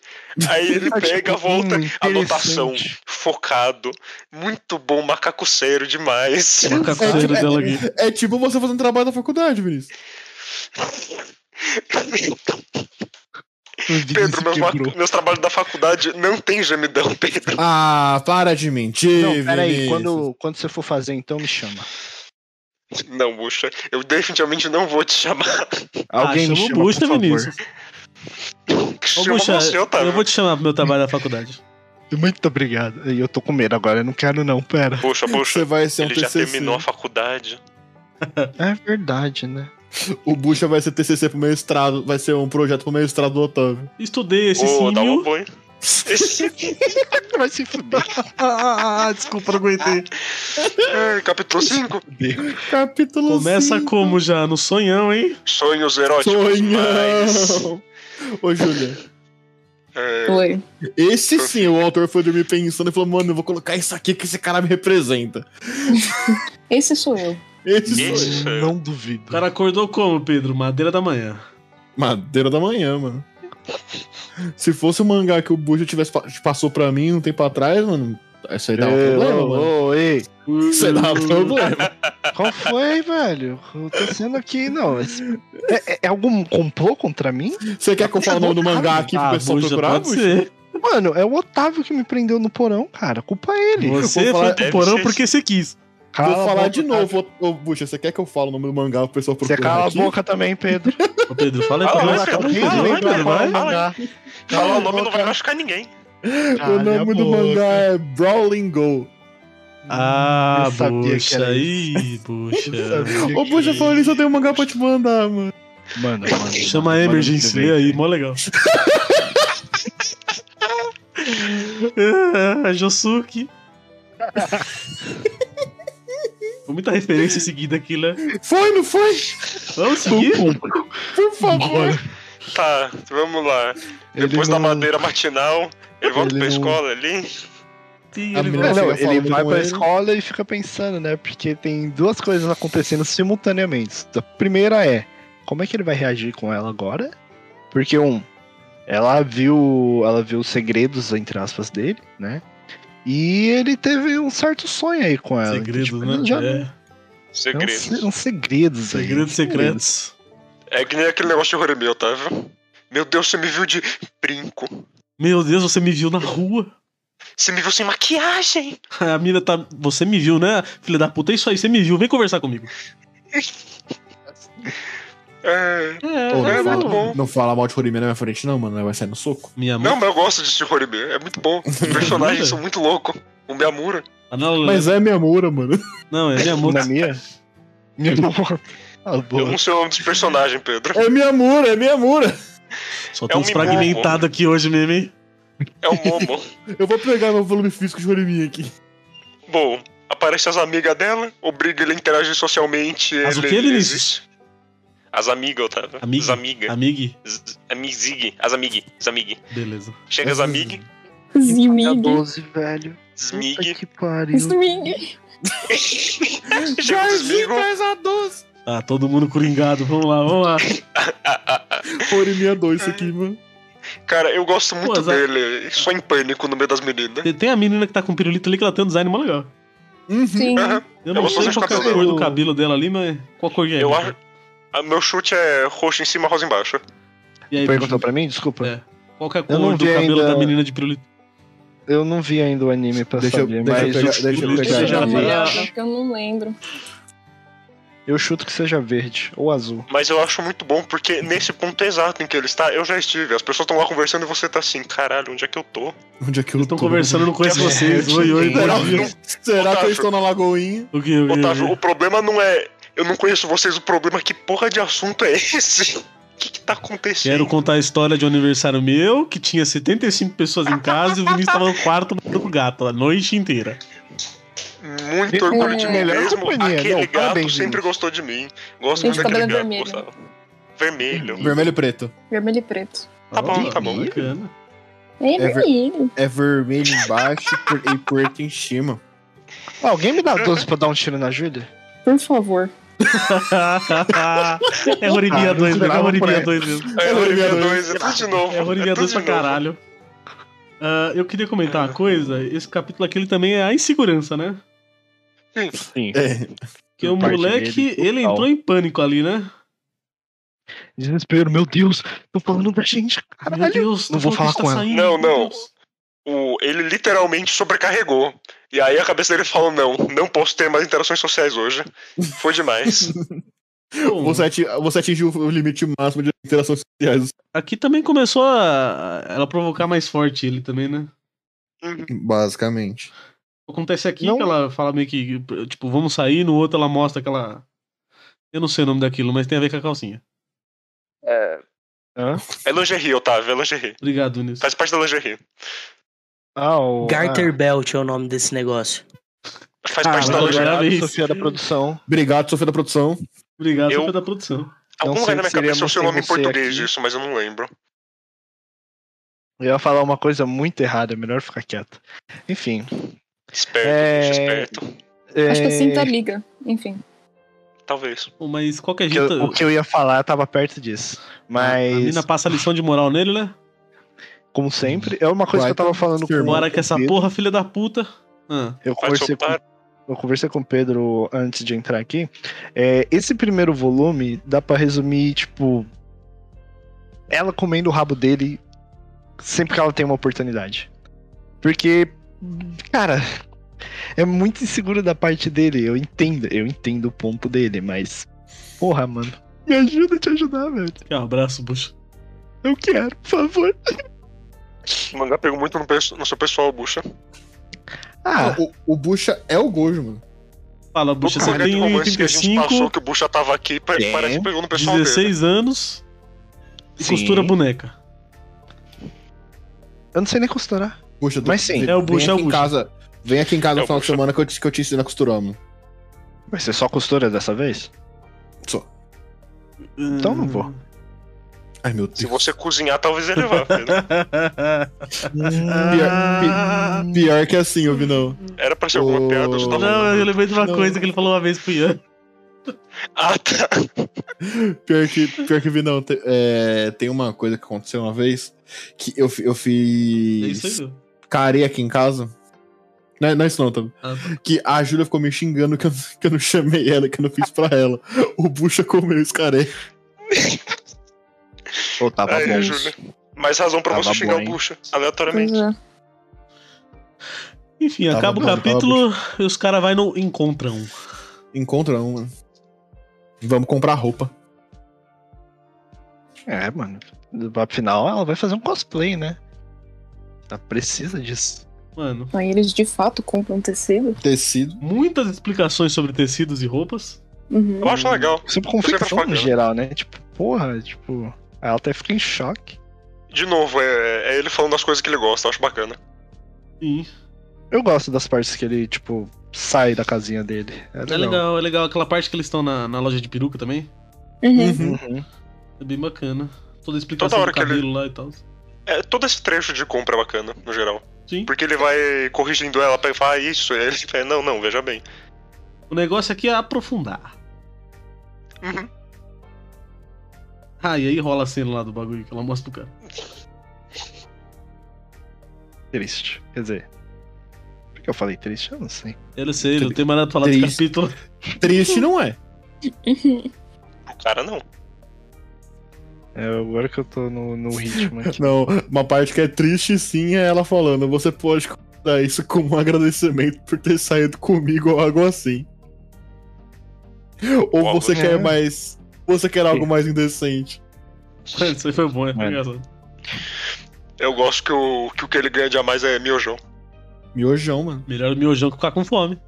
Aí ele Tá, tipo, pega, volta, hum, anotação, interessante. focado. Muito bom, macaco sério demais. o macacoceiro É, é, dela aqui. É tipo você fazendo trabalho da faculdade, Vinícius. O Vinícius Pedro, meus, ma- quebrou. meus trabalhos da faculdade não tem gemidão, Pedro. Ah, para de mentir, Não, peraí, Vinícius. quando, quando você for fazer, então me chama. Não, bucha. Eu definitivamente não vou te chamar. Alguém me Ah, chama o chama, Bucha, por favor. Vinícius. Ô, Chama bucha, você, Otávio. eu vou te chamar pro meu trabalho da faculdade. Muito obrigado. E eu tô com medo agora, eu não quero não, pera. Puxa, puxa. Você vai ser um Ele já TCC. terminou a faculdade. É verdade, né? O Bucha vai ser TCC pro mestrado, vai ser um projeto pro mestrado do Otávio. Estudei esse Ô, dá um símio. apoio. Esse- Vai se fuder. Ah, ah, ah, desculpa, não aguentei. É, capítulo 5. Capítulo Começa cinco. como já? No sonhão, hein? Sonhos eróticos. Mas... Sonhão! Ô, Júlia, É, Oi. esse sim, o autor foi dormir pensando e falou, mano, eu vou colocar isso aqui que esse cara me representa. Esse sou eu. Esse Esse- sonho. Não O duvido. cara acordou como, Pedro? Madeira da manhã. Madeira da manhã, mano. Se fosse o mangá que o Bucha tivesse pa- passou pra mim um tempo atrás, mano, isso aí dava problema, ô, mano. ô, ei, Isso aí dava problema. qual foi, velho? Eu tô sendo aqui, não. esse- É, é- é algum complô contra mim? Você quer que eu fale o nome do mangá aqui pro Ah, pessoal Buja, procurar? pode Bucha? ser. Mano, é o Otávio que me prendeu no porão, cara. Culpa é ele. Você vou falar- foi pro deve porão ser porque você quis. Cala Vou a falar boca, tá? de novo, ô, ô, Bucha, você quer que eu fale o nome do mangá pro pessoal Você procurar cala a aqui? boca também, Pedro. Ô, Pedro, fala aí Ah, pra vai, nós. Pedro, é Pedro, fala, vai, Pedro, vai. vai. Falar o nome não vai machucar ninguém. O nome do mangá é Brawling Go. Ah, Eu sabia que puxa era aí, puxa. Ô, Bucha, falando isso, eu tenho um mangá pra te mandar, mano. Mano, mano. Chama a mano, Emergence, tudo lê bem. aí, mó legal. ah, Josuke. Foi muita referência seguida aqui, né? Foi, não foi? Vamos seguir? Por favor. Tá, vamos lá. Ele Depois da não- madeira matinal, ele volta Ele pra não- escola ali. Sim, A ele menina É, Não, vai- não, chega ele falando vai com pra ele. escola e fica pensando, né? Porque tem duas coisas acontecendo simultaneamente. A primeira é, como é que ele vai reagir com ela agora? Porque um, ela viu, ela viu os segredos entre aspas dele, né? E ele teve um certo sonho aí com ela. então, Segredos, tipo, né? ele Já É, é um se- Segredo. Uns segredos aí. segredos secretos. É que nem aquele negócio de horror meu, tá? viu? Meu Deus, você me viu de brinco. Meu Deus, você me viu na rua. Você me viu sem maquiagem. A mina tá. Você me viu, né? Filha da puta, é isso aí, você me viu, vem conversar comigo. É... É, Ô, é muito não, fala, bom. não fala mal de Horimiya na minha frente, não, mano. né? Vai sair no soco. Minha mãe. Não, mas eu gosto de horror meu. É muito bom. Os personagens são muito loucos. O Miyamura. Ah, não, Mas é Miyamura, mano. não, é minha mãe. Na minha? Minha amor. Ah, Eu boa. não sei o nome dos personagens, Pedro. É Miyamura, é Miyamura. Só é tem um uns mimoso. fragmentados aqui hoje mesmo, hein? É o Momo. Eu vou pegar meu volume físico de Horimiya aqui. bom, aparece as amigas dela, obriga ele a interagir socialmente. As o quê, Vinícius? existe. As amigas, Otávio. Amiga. As amigas. Amig? Z- Amizig. As amig. Zamig. Beleza. Chega as amig. Zimig. 12, Tá velho. Puta Zmig. que pariu. Zimig. Chega os Zmigo. a 12. Ah, todo mundo coringado, vamos lá, vamos lá. Horimiya 2 é isso aqui, mano. Cara, eu gosto muito Pô, Zé. dele. Só em pânico no meio das meninas. Tem, tem a menina que tá com pirulito ali que ela tem um design mó legal. Uhum. Sim. Aham. Eu Eu não gosto sei de qual que é a cabelo. cor do cabelo dela ali, mas qual cor que é? Eu acho. a- meu chute é roxo em cima, rosa embaixo. E aí, Perguntou bicho, pra mim? Desculpa. É. qual que é a Eu não cor do vi cabelo ainda- da menina de pirulito? Eu não vi ainda o anime pra Deixa eu- saber, deixa eu mas pegar- eu, deixa eu chuto que pegar seja Deixa eu dar uma aqui. verde. olhada, porque eu não lembro. Eu chuto que seja verde ou azul. Mas eu acho muito bom porque nesse ponto exato em que ele está, eu já estive. As pessoas estão lá conversando e você tá assim, caralho, onde é que eu tô? Onde é que eu Eles tô? estão conversando, eu não conheço É, vocês. eu Oi, oi, entendi. Será, bom dia. será que Otávio. eu estou na Lagoinha? O que, o que, Otávio, o o problema não é eu não conheço vocês, o problema é que porra de assunto é esse? O que, que tá que? Quero acontecendo? contar a história de um aniversário meu, que tinha 75 pessoas em casa e o Vinícius tava no quarto matando com o gato a noite inteira. Muito orgulho de mim é Melhor mesmo. companhia. Aquele Não, gato parabéns, sempre Vinícius. gostou de mim. Gosto Gente, muito daquele gato. cabelo vermelho. gostava. Vermelho. Vermelho e preto. Vermelho e preto. Tá bom, tá bom. Bacana. É ver- vermelho. É vermelho embaixo e pre- e preto em cima. Ah, alguém me dá 12 pra dar um tiro na Júlia? Por favor. é Horimiya 2, né? É Horimiya 2 mesmo. É É Horimiya Horimiya 2, é tudo de novo. É Horimiya tudo 2 pra de novo. caralho. Ah, eu queria comentar uma coisa. Esse capítulo aqui ele também é a insegurança, né? Sim. É. Porque o Parte moleque, dele, ele total. entrou em pânico ali, né? Desespero, meu Deus. Tô falando da gente, Meu caralho. Deus, não tá vou falando falar que com tá ela. saindo, Não, meu não. Deus. O, ele literalmente sobrecarregou. E aí a cabeça dele falou: não, não posso ter mais interações sociais hoje. Foi demais. Bom, Você, ati- você atingiu o limite máximo de interações sociais. Aqui também começou a, a- ela provocar mais forte ele também, né? Basicamente. Acontece aqui Não. que ela fala meio que, tipo, vamos sair, no outro ela mostra que ela Eu não sei o nome daquilo, mas tem a ver com a calcinha. É, É lingerie, Otávio, é lingerie. Obrigado, Nilson. Faz parte da lingerie. Ah, o. Garter Belt é o nome desse negócio. Faz Ah, parte da não, lingerie. agora- parabéns. Parabéns. Sofia da produção. Obrigado, Sofia da produção. Obrigado Eu- pela da produção. Algum sei lugar na se minha cabeça é o seríamos seu nome em sem você português aqui. isso, mas eu não lembro. Eu ia falar uma coisa muito errada, é melhor ficar quieto. Enfim. Esperto, É. bicho, esperto. Acho que é, assim tá liga. Enfim. Talvez. Bom, Mas qualquer o que eu- jeito. o que eu ia falar tava perto disso. A Mas, mina passa lição de moral nele, né? como sempre, é uma coisa que Vai, eu tava falando com irmão. Bora que essa Pedro. porra, filha da puta. Ah, Eu Faz conversei, seu com, par. eu conversei com o Pedro antes de entrar aqui. É, esse primeiro volume dá pra resumir, tipo. Ela comendo o rabo dele sempre que ela tem uma oportunidade. Porque, cara, é muito inseguro da parte dele. Eu entendo, eu entendo o ponto dele, mas. Porra, mano. Me ajuda a te ajudar, velho. que abraço, bucha. Eu quero, por favor. O mangá pegou muito no, perso- no seu pessoal, bucha. Ah, O, o Bucha é o Gojo, mano. Fala, bucha, Todo você momento tem do é romance que a gente passou 1,35, que o bucha tava aqui, pa- Tem. parece que pegou no pessoal dele. né? 16 anos e Sim. costura boneca. eu não sei nem costurar. Bucha, Mas sim, vem- é o Bucha, vem é o aqui em Bucha. casa. Vem aqui em É casa no o final de Bucha. semana que eu te, que eu te ensino a costurar, mano. Mas você é só costura dessa vez? Então não vou. Ai, meu Se Deus. você cozinhar, talvez ele vá. Pedro. Hum, Ah. Pior que assim, eu vi não. Era pra ser alguma Ô. piada, eu só tava... Não, eu lembrei de uma Não. coisa que ele falou uma vez pro Ian. Ah, tá. Pior que, pior que vi não. Te- é, tem uma coisa que aconteceu uma vez que eu, fi- eu É fiz isso aí, meu. carê aqui em casa. Não, é- não é isso não, tá? Ah, tá. Que a Júlia ficou me xingando que eu, que eu não chamei ela, que eu não fiz pra ela. O Bucha comeu esse carê. Ou tava É, Aí, bom. Júlia. Mais razão pra Tava você xingar bom, o hein? bucha, Pois aleatoriamente. é. Enfim, Tava acaba o bom, tava capítulo e os caras vai no encontram. Encontra um, mano. Vamos comprar roupa. É, mano. Afinal, ela vai fazer um cosplay, né? Ela precisa disso. Mano, Aí eles de fato compram tecido. Tecido. muitas explicações sobre tecidos e roupas. Uhum. Eu acho legal. Sempre confecção no propaganda. geral, né? Tipo, porra, tipo. Ela até fica em choque. De novo, é, é ele falando das coisas que ele gosta, eu acho bacana. Sim. Eu gosto das partes que ele, tipo, sai da casinha dele. É É legal. legal, é legal. Aquela parte que eles estão na, na loja de peruca também. Uhum. Uhum. É bem bacana. Toda a explicação Toda hora do que ele- cabelo lá e tal. É, todo esse trecho de compra é bacana, no geral. Sim. Porque ele vai corrigindo ela pra falar "Ah, isso, e aí ele fala, não, não, veja bem. O negócio aqui é aprofundar. Uhum. Ah, e aí rola a cena lá do bagulho que ela mostra pro cara. Triste. Quer dizer. Por que eu falei triste? Eu não sei. Eu não sei, não tem mais nada pra falar desse Triste. capítulo. Triste não é. O cara não. É agora que eu tô no, no ritmo aqui. Não, uma parte que é triste sim é ela falando. Você pode dar isso como um agradecimento por ter saído comigo ou algo assim. Ou Algo você assim. quer mais. Você quer algo Sim. mais indecente. Isso aí foi bom, né? É. Foi Mano. engraçado. Eu gosto que o que, o que ele ganha de a mais é miojão. Miojão, mano. Melhor o miojão que ficar com fome.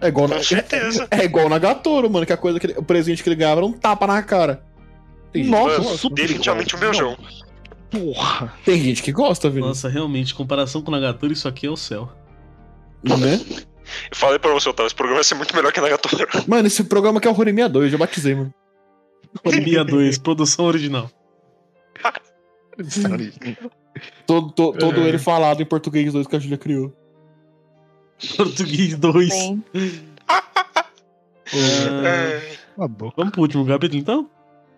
É igual na, Com certeza. é igual na Gatoro, mano, que a coisa que ele- o presente que ele ganhava era um tapa na cara. Tem gente que Nossa, gosta. super Definitivamente o miojão. Porra! Tem gente que gosta, Vini. Nossa, realmente, em comparação com o Nagatoro, isso aqui é o céu. Né? Eu falei pra você, Otávio, esse programa vai ser muito melhor que Nagatoro. Mano, esse programa aqui é o Horimiya 2, eu já batizei, mano. Pandemia 2, produção original. Todo, to- todo ele falado em português 2 que a Julia criou. Português 2. Bem, Ah, É. Cala a boca. vamos pro último capítulo, então?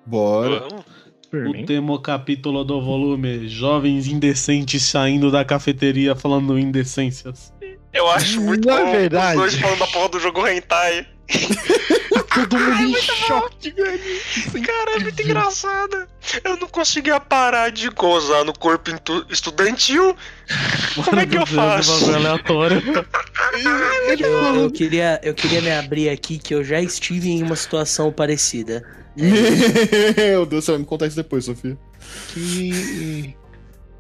Bora. Vamos. Por mim. Último capítulo do volume. Jovens indecentes saindo da cafeteria falando indecências. Eu acho muito Não é bom os verdade. dois falando da porra do jogo hentai. Todo mundo em choque, velho. Cara, é muito engraçado. Eu não conseguia parar de gozar no corpo intu- estudantil. Como é que eu Meu Deus, faço? bagulho aleatório. Ele Eu, falou eu queria, eu queria me abrir aqui que eu já estive em uma situação parecida. Meu Deus, você vai me contar isso depois, Sofia. que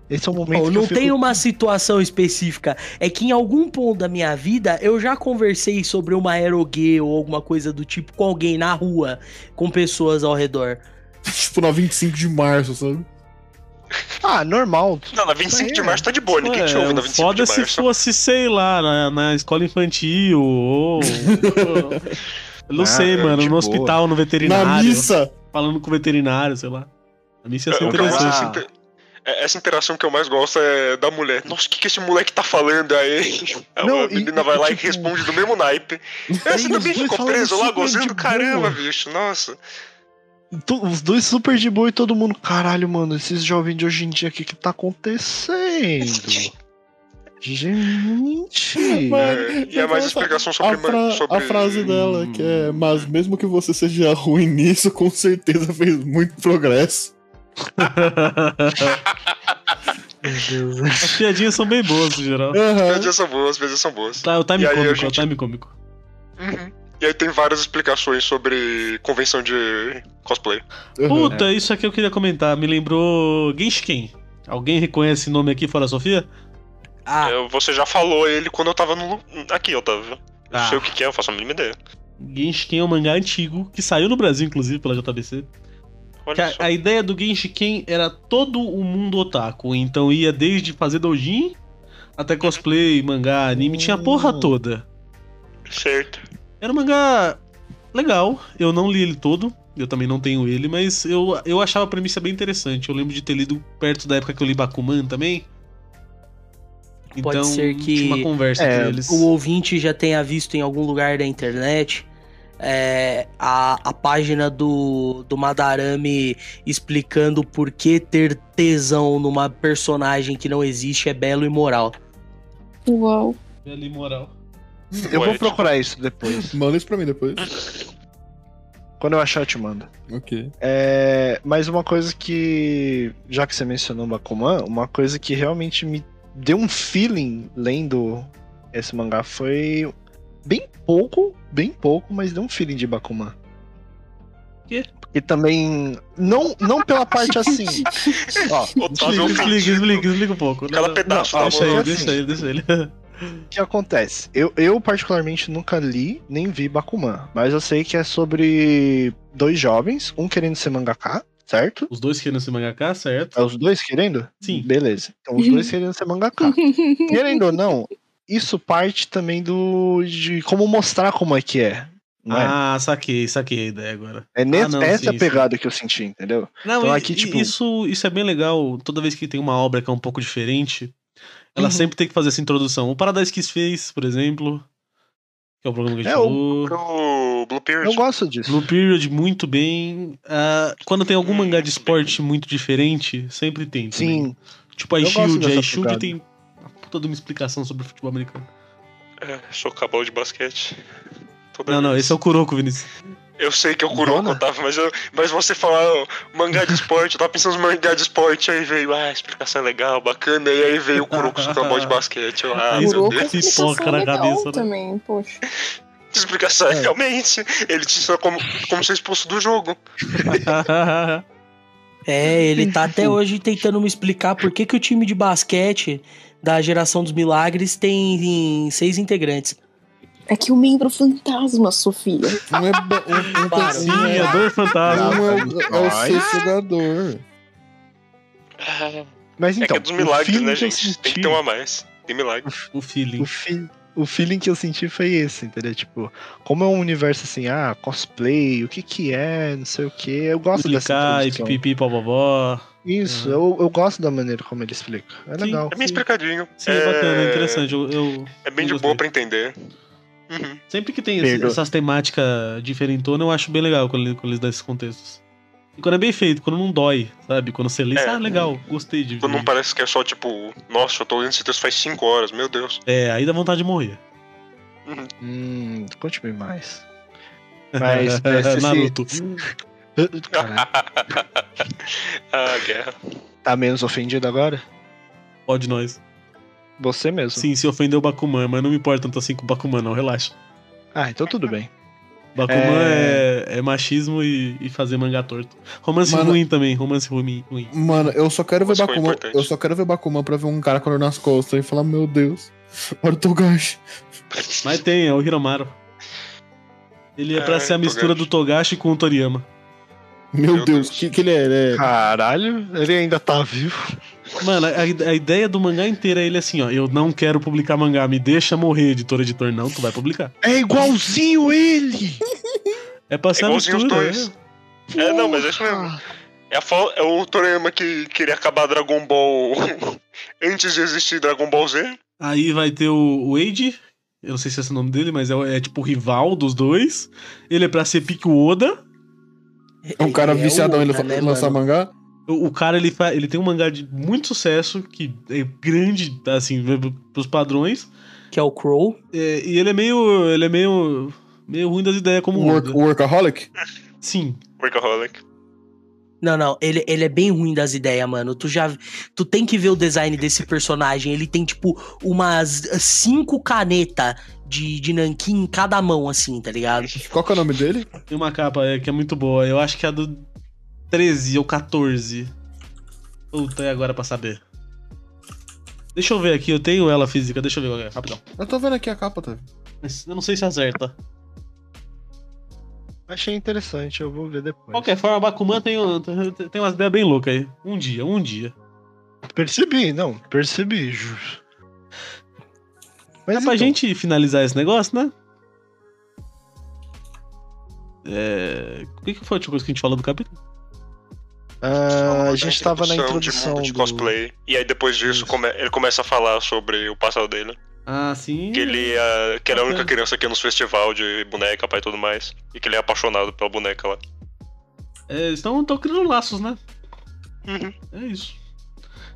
Esse é o momento Bom, que não eu fico- tem uma situação específica. É que em algum ponto da minha vida eu já conversei sobre uma aerogue ou alguma coisa do tipo com alguém na rua, com pessoas ao redor. tipo, na 25 de março, sabe? Ah, normal. Não, na 25 de É. março tá de boa, ninguém te ouve na 25 de É, foda se março. fosse, sei lá, na, na escola infantil ou. ou- Eu não Ah, sei, de mano, no boa. hospital, no Na veterinário. missa! Falando com o veterinário, sei lá. A mim É, ia ser o que eu gosto é interessante. essa interessante. inter- é- Essa interação que eu mais gosto é da mulher. Nossa, o que, que esse moleque tá falando aí? É, Não, a e- menina e, vai lá e tipo, responde do mesmo naipe. Essa os também dois ficou falando preso lá, super de gozando. boa. Caramba, bicho, nossa. Tu- Os dois super de boa e todo mundo. Caralho, mano, esses jovens de hoje em dia, o que que tá acontecendo? Gente. Mano, É, e eu então, é mais gosto- explicação A, sobre. fra- a sobre- hum. frase dela, que é, mas mesmo que você seja ruim nisso, com certeza fez muito progresso. As piadinhas são bem boas, no geral. As Aham. piadas são boas, as piadas são boas. Tá, o time E aí, a cômico, gente- o time cômico. Uhum. E aí tem várias explicações sobre convenção de cosplay. aham. Puta, isso aqui eu queria comentar. Me lembrou Genshin. Alguém reconhece esse nome aqui fora a Sofia? Ah, Eu- você já falou ele quando eu tava no. lu- Aqui, Otávio. Eu Ah. Não sei o que, que é, eu faço a mínima ideia. Genshin é um mangá antigo, que saiu no Brasil, inclusive, pela JBC. Olha Que é- a, só. a ideia do Genshin era todo o mundo otaku. Então ia desde fazer doujin até cosplay, mangá, anime, tinha a porra Hum. toda. Certo. Era um mangá legal, eu não li ele todo, eu também não tenho ele, mas eu, eu achava a premissa bem interessante. Eu lembro de ter lido perto da época que eu li Bakuman também. Pode então, ser que- tinha uma conversa É, entre eles. o ouvinte já tenha visto em algum lugar da internet é, a, a página do, do Madarame explicando por que ter tesão numa personagem que não existe é belo e moral. Uau. Ali, moral. Eu Ué, vou tipo- procurar isso depois. Manda isso pra mim depois. Quando eu achar, eu te mando. Ok. É, mas uma coisa que, já que você mencionou Bakuman, uma coisa que realmente me deu um feeling lendo esse mangá foi bem pouco, bem pouco, mas deu um feeling de Bakuman. Quê? Porque também, não, não pela parte assim. Ó, Otávio Desliga, desliga, desliga um pouco. Cada Não, pedaço não, da deixa, mão. ele, né? deixa ele, deixa ele. o que acontece? Eu, eu, particularmente, nunca li nem vi Bakuman, mas eu sei que é sobre dois jovens, um querendo ser mangaká, certo? Os dois querendo ser mangaká, certo? É os dois querendo? Sim. Beleza. Então os dois querendo ser mangaká. Querendo ou não, isso parte também do de como mostrar como é que é. Não é? Ah, saquei, saquei a ideia agora. é nes- ah, não, essa sim, é a pegada que eu senti, entendeu? Não, Então e- aqui, e tipo- isso, isso é bem legal. Toda vez que tem uma obra que é um pouco diferente, ela Uhum. sempre tem que fazer essa introdução. O Paradise Kiss fez, por exemplo, que é o programa que a gente É, o- falou. O Blue Eu Period. gosto disso. Blue Period, muito bem. Ah, quando tem algum mangá de esporte muito diferente, sempre tem. também. Sim. Tipo a eu gosto Shield. dessa A Shield pegada. tem uma puta de uma explicação sobre futebol americano. É, sou cabal de basquete. Toda Não, não, vez. esse é o Kuroko, Vinícius. Eu sei que é o Kuroko, Dona? Otávio, mas, eu- mas você falar ó, mangá de esporte, eu tava pensando em mangá de esporte, aí veio, ah, explicação é legal, bacana, e aí veio o Kuroko sou cabal de basquete. Eu, ah, Aí meu Kuroko Deus. é Deus. explicação Soca na legal cabeça, né? também, poxa. Explicação é. realmente. Ele te ensina como, como ser expulso do jogo. É, ele tá Tipo, até hoje tentando me explicar por que, que o time de basquete da geração dos milagres tem seis integrantes. É que o membro fantasma, Sofia. Um é, ba- um, um Para. assim, Sim, é dois fantasmas. Um é, o- é o sexto jogador. Mas é que então, é dos o milagres, feeling né, que eu gente? Tem que senti- ter um a mais. Tem milagre. O feeling. o, fi- o feeling que eu senti foi esse, entendeu? Tipo, como é um universo assim, ah, cosplay, o que que é, não sei o que. Eu gosto dessa Explicar, e introdução. pipipi, popopó. Isso, Uhum. eu, eu gosto da maneira como ele explica. É Sim. legal. É bem Sim. explicadinho. Sim, é bacana, é interessante. Eu, eu- É bem Eu de gostei. boa pra entender. Uhum. sempre que tem esse- Perdão. essas temáticas diferentonas, eu acho bem legal quando, ele- quando eles dão esses contextos. E quando é bem feito, quando não dói, sabe? Quando você lê, É. ah, legal, gostei de ver. Quando não parece que é só tipo, nossa, eu tô lendo esse texto faz 5 horas, meu Deus. É, aí dá vontade de morrer. Hum, conte-me mais. Mas, é, se- se- Naruto. Caralho, Ah, guerra. tá menos ofendido agora? Pode nós. Você mesmo. Sim, se ofendeu o Bakuman, mas não me importa tanto assim com o Bakuman, não, relaxa. Ah, então tudo bem. Bakuman é, é machismo e, e fazer mangá torto. Romance Mano- ruim também, romance ruim. ruim. Mano, eu só quero ver Nossa, foi Bakuman. importante. Eu só quero ver Bakuman pra ver um cara com a dor nas costas e falar, meu Deus, olha o Togashi. Mas tem, é o Hiromaru. Ele é pra É, ser a mistura Togashi. do Togashi com o Toriyama. Meu, Meu Deus, Deus. que, que ele é? Ele é- né? Caralho, ele ainda tá vivo. Mano, a, a ideia do mangá inteiro é ele assim, ó. Eu não quero publicar mangá, me deixa morrer, editora editor. Não, tu vai publicar. É igualzinho ele! É pra ser É a igualzinho os mistura. dois. né? É, não, mas é isso mesmo. É, a fal- é o Toriyama que queria acabar Dragon Ball antes de existir Dragon Ball Z. Aí vai ter o Wade. Eu não sei se é esse o nome dele, mas é, o- é tipo o rival dos dois. Ele é pra ser Pique Oda. É um cara viciadão, ele Oda, fa- né, lançar mano? mangá. O, o cara, ele, fa- ele tem um mangá de muito sucesso, que é grande, tá, assim, pros padrões. Que é o Crow. É, e ele é meio. Ele é meio. meio ruim das ideias como Um Work, Oda. workaholic? Sim. Workaholic. Não, não, ele, ele é bem ruim das ideias, mano. Tu já. Tu tem que ver o design desse personagem. Ele tem, tipo, umas cinco canetas de, de nanquim em cada mão, assim, tá ligado? Qual que é o nome dele? Tem uma capa é, que é muito boa. Eu acho que é a do 13 ou 14. Puta, é agora pra saber. Deixa eu ver aqui, eu tenho ela física, deixa eu ver qual é, rapidão. Eu tô vendo aqui a capa, tá? Mas eu não sei se acerta. Achei interessante, eu vou ver depois. Qualquer forma, Bakuman tem, um- tem umas ideias bem loucas aí. Um dia, um dia. Percebi, não, percebi, juro. Mas É pra então, gente finalizar esse negócio, né? É... O que que foi a última coisa que a gente falou do capítulo? ah, a Falando gente da tava na De introdução mundo de do- cosplay. E aí depois disso Isso. come- ele começa a falar sobre o passado dele. né? Ah, sim. Que ele ah, que era a única Bacana. criança que ia nos festival de boneca, pai e tudo mais. E que ele é apaixonado pela boneca lá. É, eles estão criando laços, né? Uhum. É isso.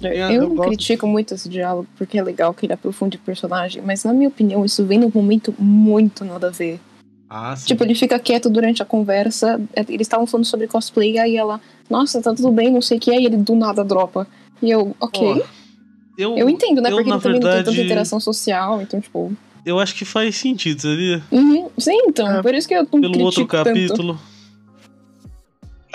Eu, eu não gosto- critico muito esse diálogo, porque é legal que ele aprofunde o personagem, mas na minha opinião, isso vem num momento muito nada a ver. Ah, sim. Tipo, ele fica quieto durante a conversa, é, eles estavam falando sobre cosplay, aí ela, nossa, tá tudo bem, não sei o que, aí ele do nada dropa. E eu, ok. Ó, eu, eu entendo, né? eu, porque na ele também não tem verdade- tanta interação social, então, tipo. eu acho que faz sentido, sabia? Uhum. Sim, então, É, por isso que eu não Pelo outro critico tanto. capítulo.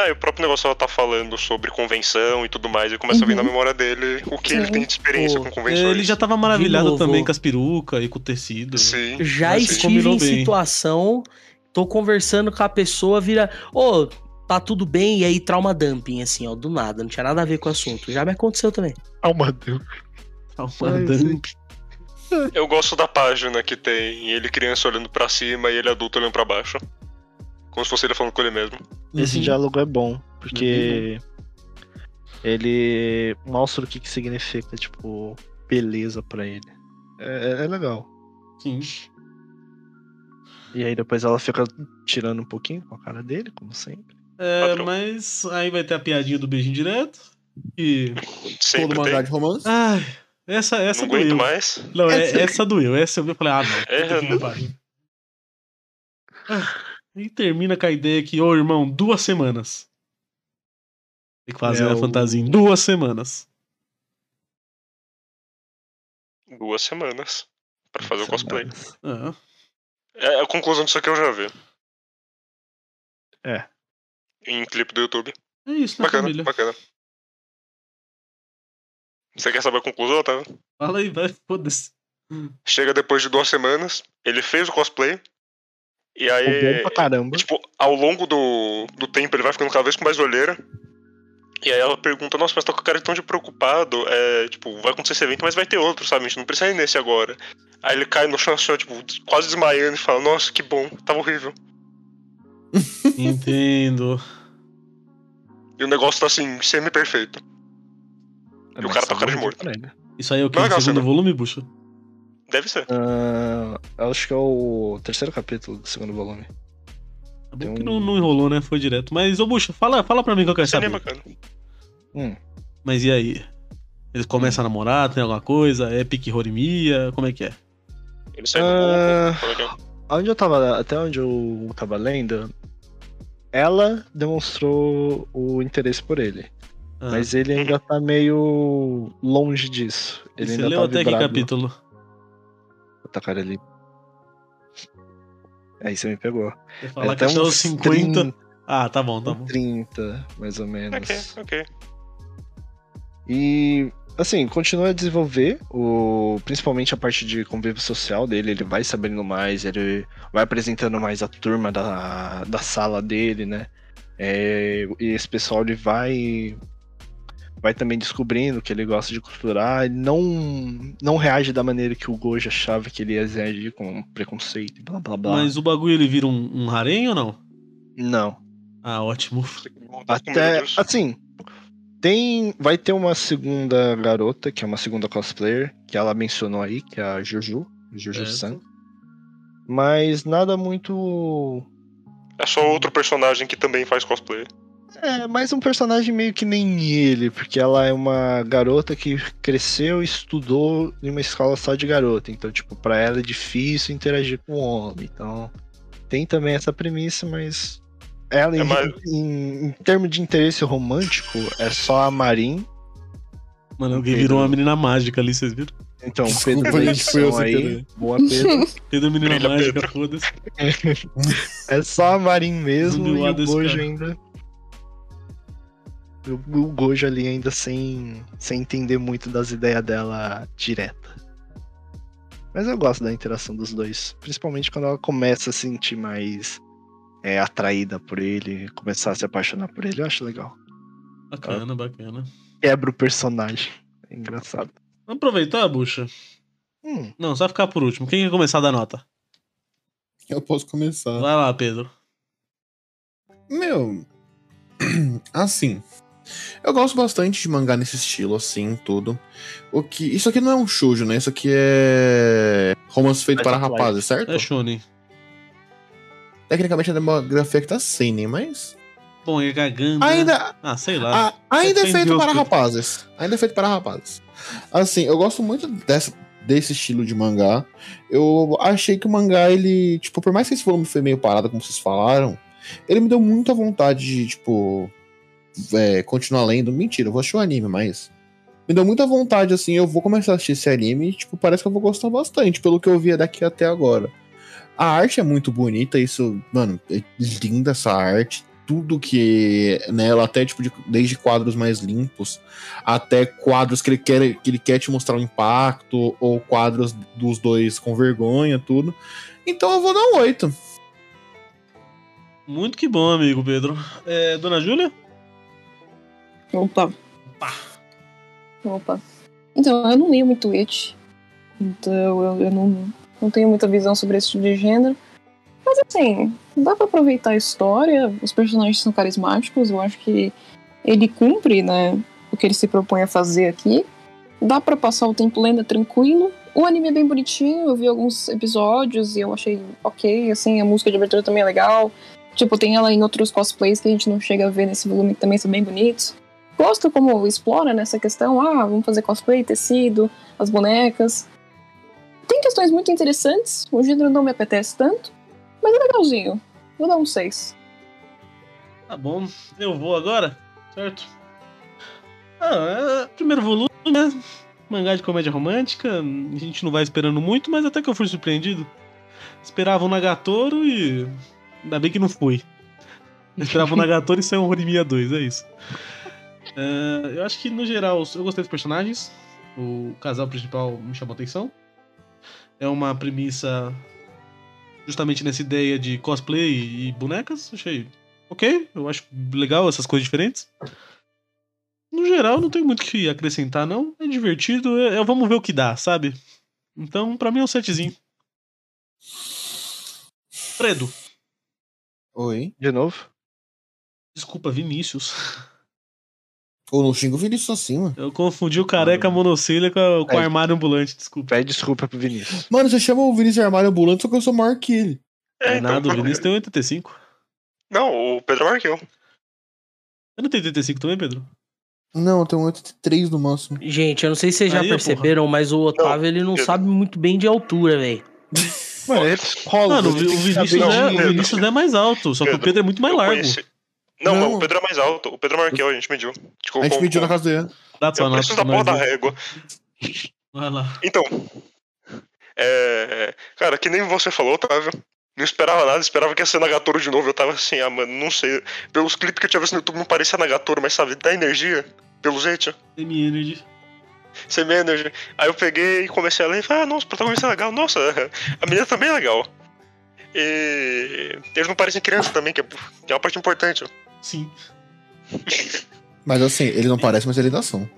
Ah, e o próprio negócio ela tá falando sobre convenção e tudo mais. E começa a vir na Uhum. memória dele o que ele Sim. tem de experiência Pô, com É, convenções. Ele já tava maravilhado novo. também com as perucas e com o tecido. né? Sim. Já Assim, estive combinou em bem. situação, tô conversando com a pessoa, vira, ô, tá tudo bem, e aí trauma dumping, assim, ó, do nada, não tinha nada a ver com o assunto. Já me aconteceu também. Calma, Deus. Calma, Dan. Eu gosto da página que tem ele criança olhando pra cima e ele adulto olhando pra baixo. Como se fosse ele falando com ele mesmo. Esse Uhum. diálogo é bom, porque ele mostra o que, que significa, tipo, beleza pra ele. É, é- é legal. Sim. E aí depois ela fica tirando um pouquinho com a cara dele, como sempre. É, Padrão. mas aí vai ter a piadinha do beijinho direto. E. Sempre Todo mangá tem. de romance. Ai, essa, essa Não doeu. aguento mais. Não, é- Essa- essa doeu. Essa eu falei, ah, não. É, puta que não. pariu. Ah, E termina com a ideia que, ô irmão, duas semanas. Tem que fazer É, a o- fantasia em duas semanas. Duas semanas Pra fazer o cosplay. Ah, É a conclusão disso aqui eu já vi. É. Em clipe do YouTube. é isso, né, Bacana, família? bacana. Você quer saber a conclusão, tá? Fala aí, vai, foda-se. Chega depois de duas semanas, ele fez o cosplay. E aí, É Bom pra caramba. Tipo, ao longo do, do tempo ele vai ficando cada vez com mais olheira. E aí ela pergunta, nossa, mas tá com a cara tão de preocupado. É, tipo, vai acontecer esse evento, mas vai ter outro, sabe? A gente não precisa ir nesse agora. Aí ele cai no chão assim, ó, tipo, des- quase desmaiando e fala, nossa, que bom, tava horrível. Entendo. E o negócio tá assim, semi-perfeito. E o cara tá com a cara de morto. Isso aí é o que? Não é legal, segundo Senna. volume, bucha? Deve ser. Ah, acho que é o terceiro capítulo do segundo volume. Tá Tem bom que um- não, não enrolou, né? Foi direto. Mas, ô bucha, fala, fala pra mim que eu quero Seria saber. bacana. Hum. Mas e aí? Eles começam a namorar, tem alguma coisa? É pique Rorimia? Como é que é? Ele sai do Ah. mundo, como é que é? Onde eu tava, até onde eu tava lendo, ela demonstrou o interesse por ele. Ah, Mas ele ainda tá meio longe disso. Ele você ainda leu tá até que vibrado. capítulo? Puta, cara, ele... Aí você me pegou. Você falar Até que até os uns 50. 30, Ah, tá bom, tá bom. 30, mais ou menos. Ok, ok. E assim, continua a desenvolver o principalmente a parte de convívio social dele, ele vai sabendo mais, ele vai apresentando mais a turma da, da sala dele, né? É, e esse pessoal ele vai vai também descobrindo que ele gosta de costurar, ele não não reage da maneira que o Gojo achava que ele ia reagir com preconceito, e blá blá blá. Mas o bagulho ele vira um, um harém ou não? Não. Ah, ótimo. Até, assim, tem, vai ter uma segunda garota, que é uma segunda cosplayer, que ela mencionou aí, que é a Juju, Juju-san. Mas nada muito... É só outro personagem que também faz cosplay. É, mais um personagem meio que nem ele, porque ela é uma garota que cresceu e estudou em uma escola só de garota. Então, tipo, pra ela é difícil interagir com o homem. Então, tem também essa premissa, mas ela, É em, mais- em, em termos de interesse romântico, é só a Marin. Mano, alguém virou uma menina mágica ali, vocês viram? Então, Desculpa, Pedro gente, foi eu Leitão sem aí. querer. Boa, Pedro. Tem da é menina Brilha, mágica, foda-se. É só a Marin mesmo Do meu e o lado esse Gojo cara. ainda. O o Gojo ali ainda sem, sem entender muito das ideias dela direta. Mas eu gosto da interação dos dois. Principalmente quando ela começa a se sentir mais é, atraída por ele, começar a se apaixonar por ele. Eu acho legal. Ah. Bacana, bacana. Quebra o personagem. É engraçado. Vamos aproveitar, bucha? Hum, Não, só ficar por último. Quem quer começar a dar nota? Eu posso começar. Vai lá, Pedro. Meu. Assim. Eu gosto bastante de mangá nesse estilo, assim, tudo. O que. Isso aqui não é um shoujo, né? Isso aqui é. Romance feito Mas para é light. rapazes, certo? É Shonen. Tecnicamente a demografia que tá sem, né? Mas. Bom, é Uhum. cagando. Né? Ainda, Ah, sei lá. a- ainda é Defendeu feito para tudo. rapazes. Ainda é feito para rapazes. Assim, eu gosto muito dessa, desse estilo de mangá. Eu achei que o mangá, ele, tipo, por mais que esse volume foi meio parado, como vocês falaram, ele me deu muita vontade de, tipo, é, continuar lendo. Mentira, eu vou assistir o anime, mas. Me deu muita vontade, assim, eu vou começar a assistir esse anime e, tipo, parece que eu vou gostar bastante, pelo que eu via daqui até agora. A arte é muito bonita, isso, mano, é linda essa arte. Tudo que nela, até tipo, de- desde quadros mais limpos, até quadros que ele, quer, que ele quer te mostrar o impacto, ou quadros dos dois com vergonha, tudo. Então eu vou dar um 8. Muito que bom, amigo Pedro. É, Dona Júlia? Opa. Opa. Então, eu não leio muito et. Então, eu, eu não, não tenho muita visão sobre esse tipo de gênero. Mas, assim, dá pra aproveitar a história. Os personagens são carismáticos. Eu acho que ele cumpre, né? O que ele se propõe a fazer aqui. Dá pra passar o tempo lendo é tranquilo. O anime é bem bonitinho. Eu vi alguns episódios e eu achei ok. Assim, a música de abertura também é legal. Tipo, tem ela em outros cosplays que a gente não chega a ver nesse volume que também são bem bonitos gosto como explora nessa questão, ah, vamos fazer cosplay, tecido, as bonecas. Tem questões muito interessantes, o gênero não me apetece tanto, mas é legalzinho. Vou dar um 6. Tá bom, eu vou agora, certo? Ah, é, primeiro volume, né? Mangá de comédia romântica, a gente não vai esperando muito, mas até que eu fui surpreendido. Esperava um Nagatoro e. Ainda bem que não fui. Eu esperava um Nagatoro e saiu um Horimiya 2, é isso. Ah, eu acho que, no geral, eu gostei dos personagens. O casal principal me chamou a atenção. É uma premissa justamente nessa ideia de cosplay e bonecas. Achei ok, eu acho legal essas coisas diferentes. No geral, não tem muito o que acrescentar, não. É divertido, é, é- vamos ver o que dá, sabe? Então, pra mim é um setzinho. Fredo, Oi. de novo? desculpa, Vinícius. Ou não xingo o Vinícius acima. Eu confundi o careca monocelha com, a- com o É. armário ambulante, desculpa. Pede desculpa pro Vinícius. Mano, você chama o Vinícius de armário ambulante, só que eu sou maior que ele. É, É então, nada, o Vinícius tem 85. Não, o Pedro Marqueu. Eu não tenho 85 também, Pedro? Não, eu tenho um 83 no máximo. Gente, eu não sei se vocês já Aí, porra. perceberam, mas o Otávio ele não eu- sabe muito bem de altura, velho. Mano, ele é psicólogo. Mano, o, ele tem Vi- o que saber Vinícius, não, é, o tá Pedro. Vinícius é mais alto, só que o Pedro, Pedro é muito mais Eu largo. conheci- Não, Não. mas o Pedro é mais alto. O Pedro Marqueu, a gente mediu. Tipo, A gente com- mediu com- na casa dele. Dá tua Eu nota. preciso da pra porra nós da aí. régua. Vai lá. Então. É, cara, que nem você falou, Otávio. Não esperava nada, esperava que ia ser Nagatoro de novo. Eu tava assim, ah, mano, não sei. Pelos clipes que eu tinha visto no YouTube, não parecia Nagatoro, mas sabe, dá energia. Pelo jeito, Semi-energy. semi energy. Aí eu peguei e comecei a ler e falei, ah, nossa, o protagonista é legal, nossa, a menina também é legal. E eles não parecem criança também, que é que é uma parte importante. Sim, Mas assim, ele não parece, mas ele ainda são.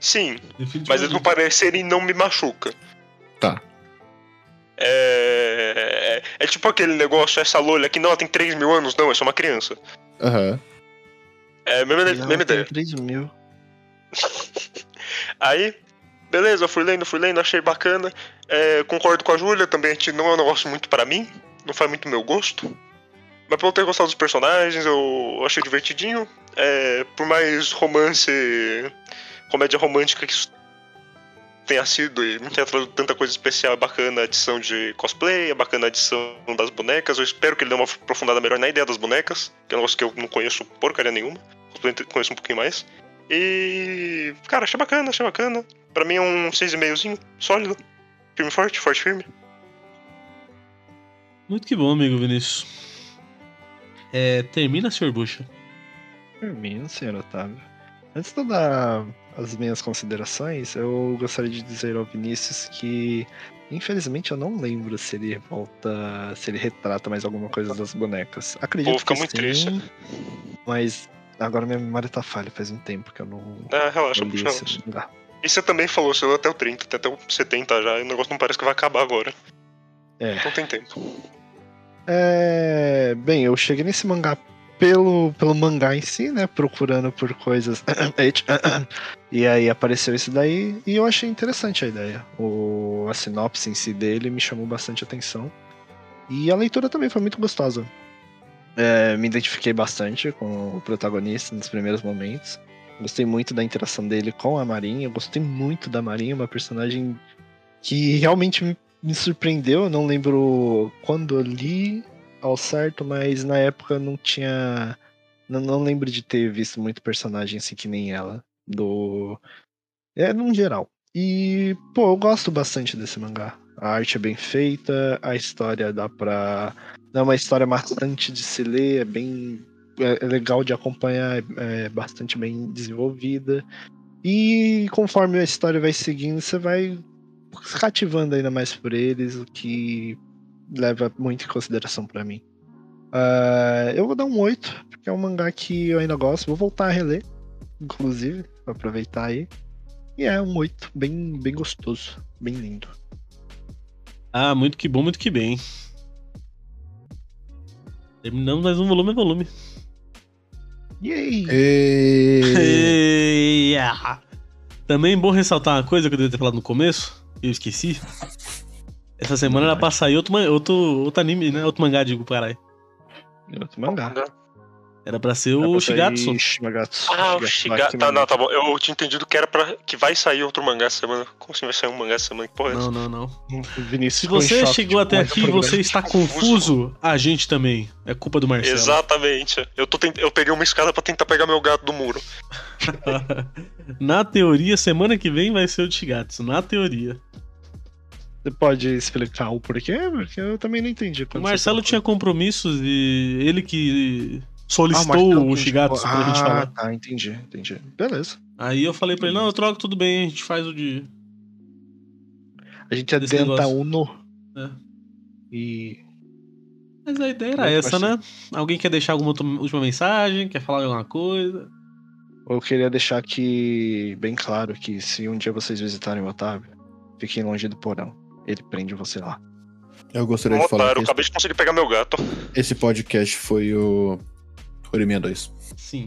Sim, definitivamente. mas eles não parecerem não me machuca. Tá. É... é tipo aquele negócio, essa loira que não, ela tem 3 mil anos, não, é só uma criança. Aham. É, mesma, Não, mesma tem ideia. 3 mil. Aí, beleza, eu fui lendo, fui lendo, achei bacana. É, concordo com a Júlia também, a gente não é um negócio muito pra mim, não faz muito meu gosto. Mas pelo ter gostado dos personagens, eu achei divertidinho. É, por mais romance, comédia romântica que isso tenha sido, e não tenha trazido tanta coisa especial, é bacana a adição de cosplay, é bacana a adição das bonecas. Eu espero que ele dê uma aprofundada melhor na ideia das bonecas, que é um negócio que eu não conheço porcaria nenhuma. Cosplay eu conheço um pouquinho mais. E, cara, achei bacana, achei bacana. Pra mim é um 6,5zinho, sólido. Firme forte, forte firme. Muito que bom, amigo Vinícius. É, termina, senhor Bucha. Por mim, não, senhor Otávio. Antes de eu dar as minhas considerações, eu gostaria de dizer ao Vinícius que, infelizmente, eu não lembro se ele volta, se ele retrata mais alguma coisa das bonecas. Acredito Pô, fica que muito sim, triste. mas agora minha memória tá falha, faz um tempo que eu não Ah, relaxa, li puxa. esse lugar. E você também falou, você leu até o 30, tem até o 70 já, e o negócio não parece que vai acabar agora. É. Então tem tempo. É, bem, eu cheguei nesse mangá pelo, pelo mangá em si, né? Procurando por coisas. Et- e aí apareceu esse daí e eu achei interessante a ideia. O, a sinopse em si dele me chamou bastante atenção. E a leitura também foi muito gostosa. É, me identifiquei bastante com o protagonista nos primeiros momentos. Gostei muito da interação dele com a Marinha. Gostei muito da Marinha, uma personagem que realmente me me surpreendeu, eu não lembro quando eu li ao certo, mas na época não tinha. Não, não lembro de ter visto muito personagem assim que nem ela. Do. É, num geral. E, pô, eu gosto bastante desse mangá. A arte é bem feita, a história dá pra. É uma história maçante de se ler, é bem. É é legal de acompanhar, é bastante bem desenvolvida. E conforme a história vai seguindo, você vai se cativando ainda mais por eles, o que leva muito em consideração pra mim. Ah, eu vou dar um 8, porque é um mangá que eu ainda gosto, vou voltar a reler, inclusive, pra aproveitar aí. E é um 8, bem, bem gostoso, bem lindo. Ah, muito que bom, muito que bem. Terminamos mais um volume a volume. E aí? E... Eia! Ah. Também bom ressaltar uma coisa que eu devia ter falado no começo, e eu esqueci. Essa semana era pra sair outro, man- outro, outro anime, né? Outro mangá, digo, caralho. Outro Ah, mangá. Era pra ser Dá o pra sair Shigatsu. Shigatsu. é Ah, o Shigatsu Shigatsu. Tá, Makiman. não, tá bom. Eu tinha entendido que era pra. que vai sair outro mangá essa semana. Como assim vai sair um mangá essa semana? Que porra é essa? Não, não, não. O Hum, Vinícius Se ficou em você choque, chegou tipo, até mas aqui eu e tô você está confuso. confuso, a gente também. É culpa do Marcelo. Exatamente. Eu, tô tent... eu peguei uma escada pra tentar pegar meu gato do muro. Na teoria, semana que vem vai ser o de Shigatsu. Na teoria. Você pode explicar o porquê? Porque eu também não entendi. O quando você Marcelo falou. tinha compromissos e ele que Ah, solicitou Marcelo o que Shigatsu pra gente indicou. Ah, falar. tá, entendi, entendi. Beleza. Aí eu falei pra ele, não, eu troco, tudo bem, a gente faz o de... A gente Esse adenta negócio. um no. É. E. Mas a ideia era Muito essa, né? Alguém quer deixar alguma outra- última mensagem? Quer falar alguma coisa? Eu queria deixar aqui bem claro que se um dia vocês visitarem o Otávio, fiquem longe do porão. Ele prende você lá. Eu gostaria Um de falar otário, que eu acabei de conseguir pegar meu gato. esse- esse podcast foi o Horimiya 2. Sim.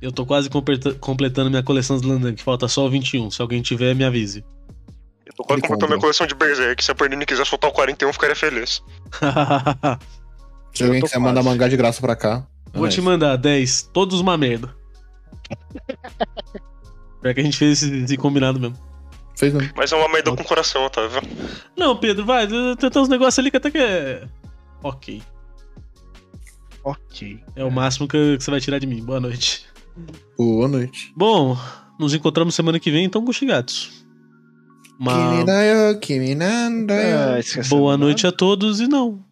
Eu tô quase completa- completando minha coleção de Landan, que falta só o 21. Se alguém tiver, me avise. Eu tô quase Ele completando minha comprou. coleção de Berserk. Se a Pernini quiser soltar o 41, eu ficaria feliz. Se alguém tô quiser quase. mandar mangá de graça pra cá. Vou é te nóis. mandar 10, todos uma merda. Pior que a gente fez esse, esse combinado mesmo. Fez um- mesmo. Mas é uma merda com coração, Otávio. Não, Pedro, vai, tem tem uns negócios ali que até que é. Ok. Ok. É o máximo que que você vai tirar de mim. Boa noite. Boa noite. Bom, nos encontramos semana que vem, então, com o Shigatsu. Uma É, Kimi na yo, kimi nan da yo. Ah, esqueceu boa nada. noite a todos e não.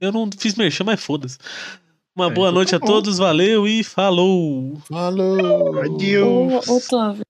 Eu não fiz merchan, mas foda-se. Uma É, boa então noite tá a bom. todos, valeu e falou! Falou! Adeus. Ô, Otávio.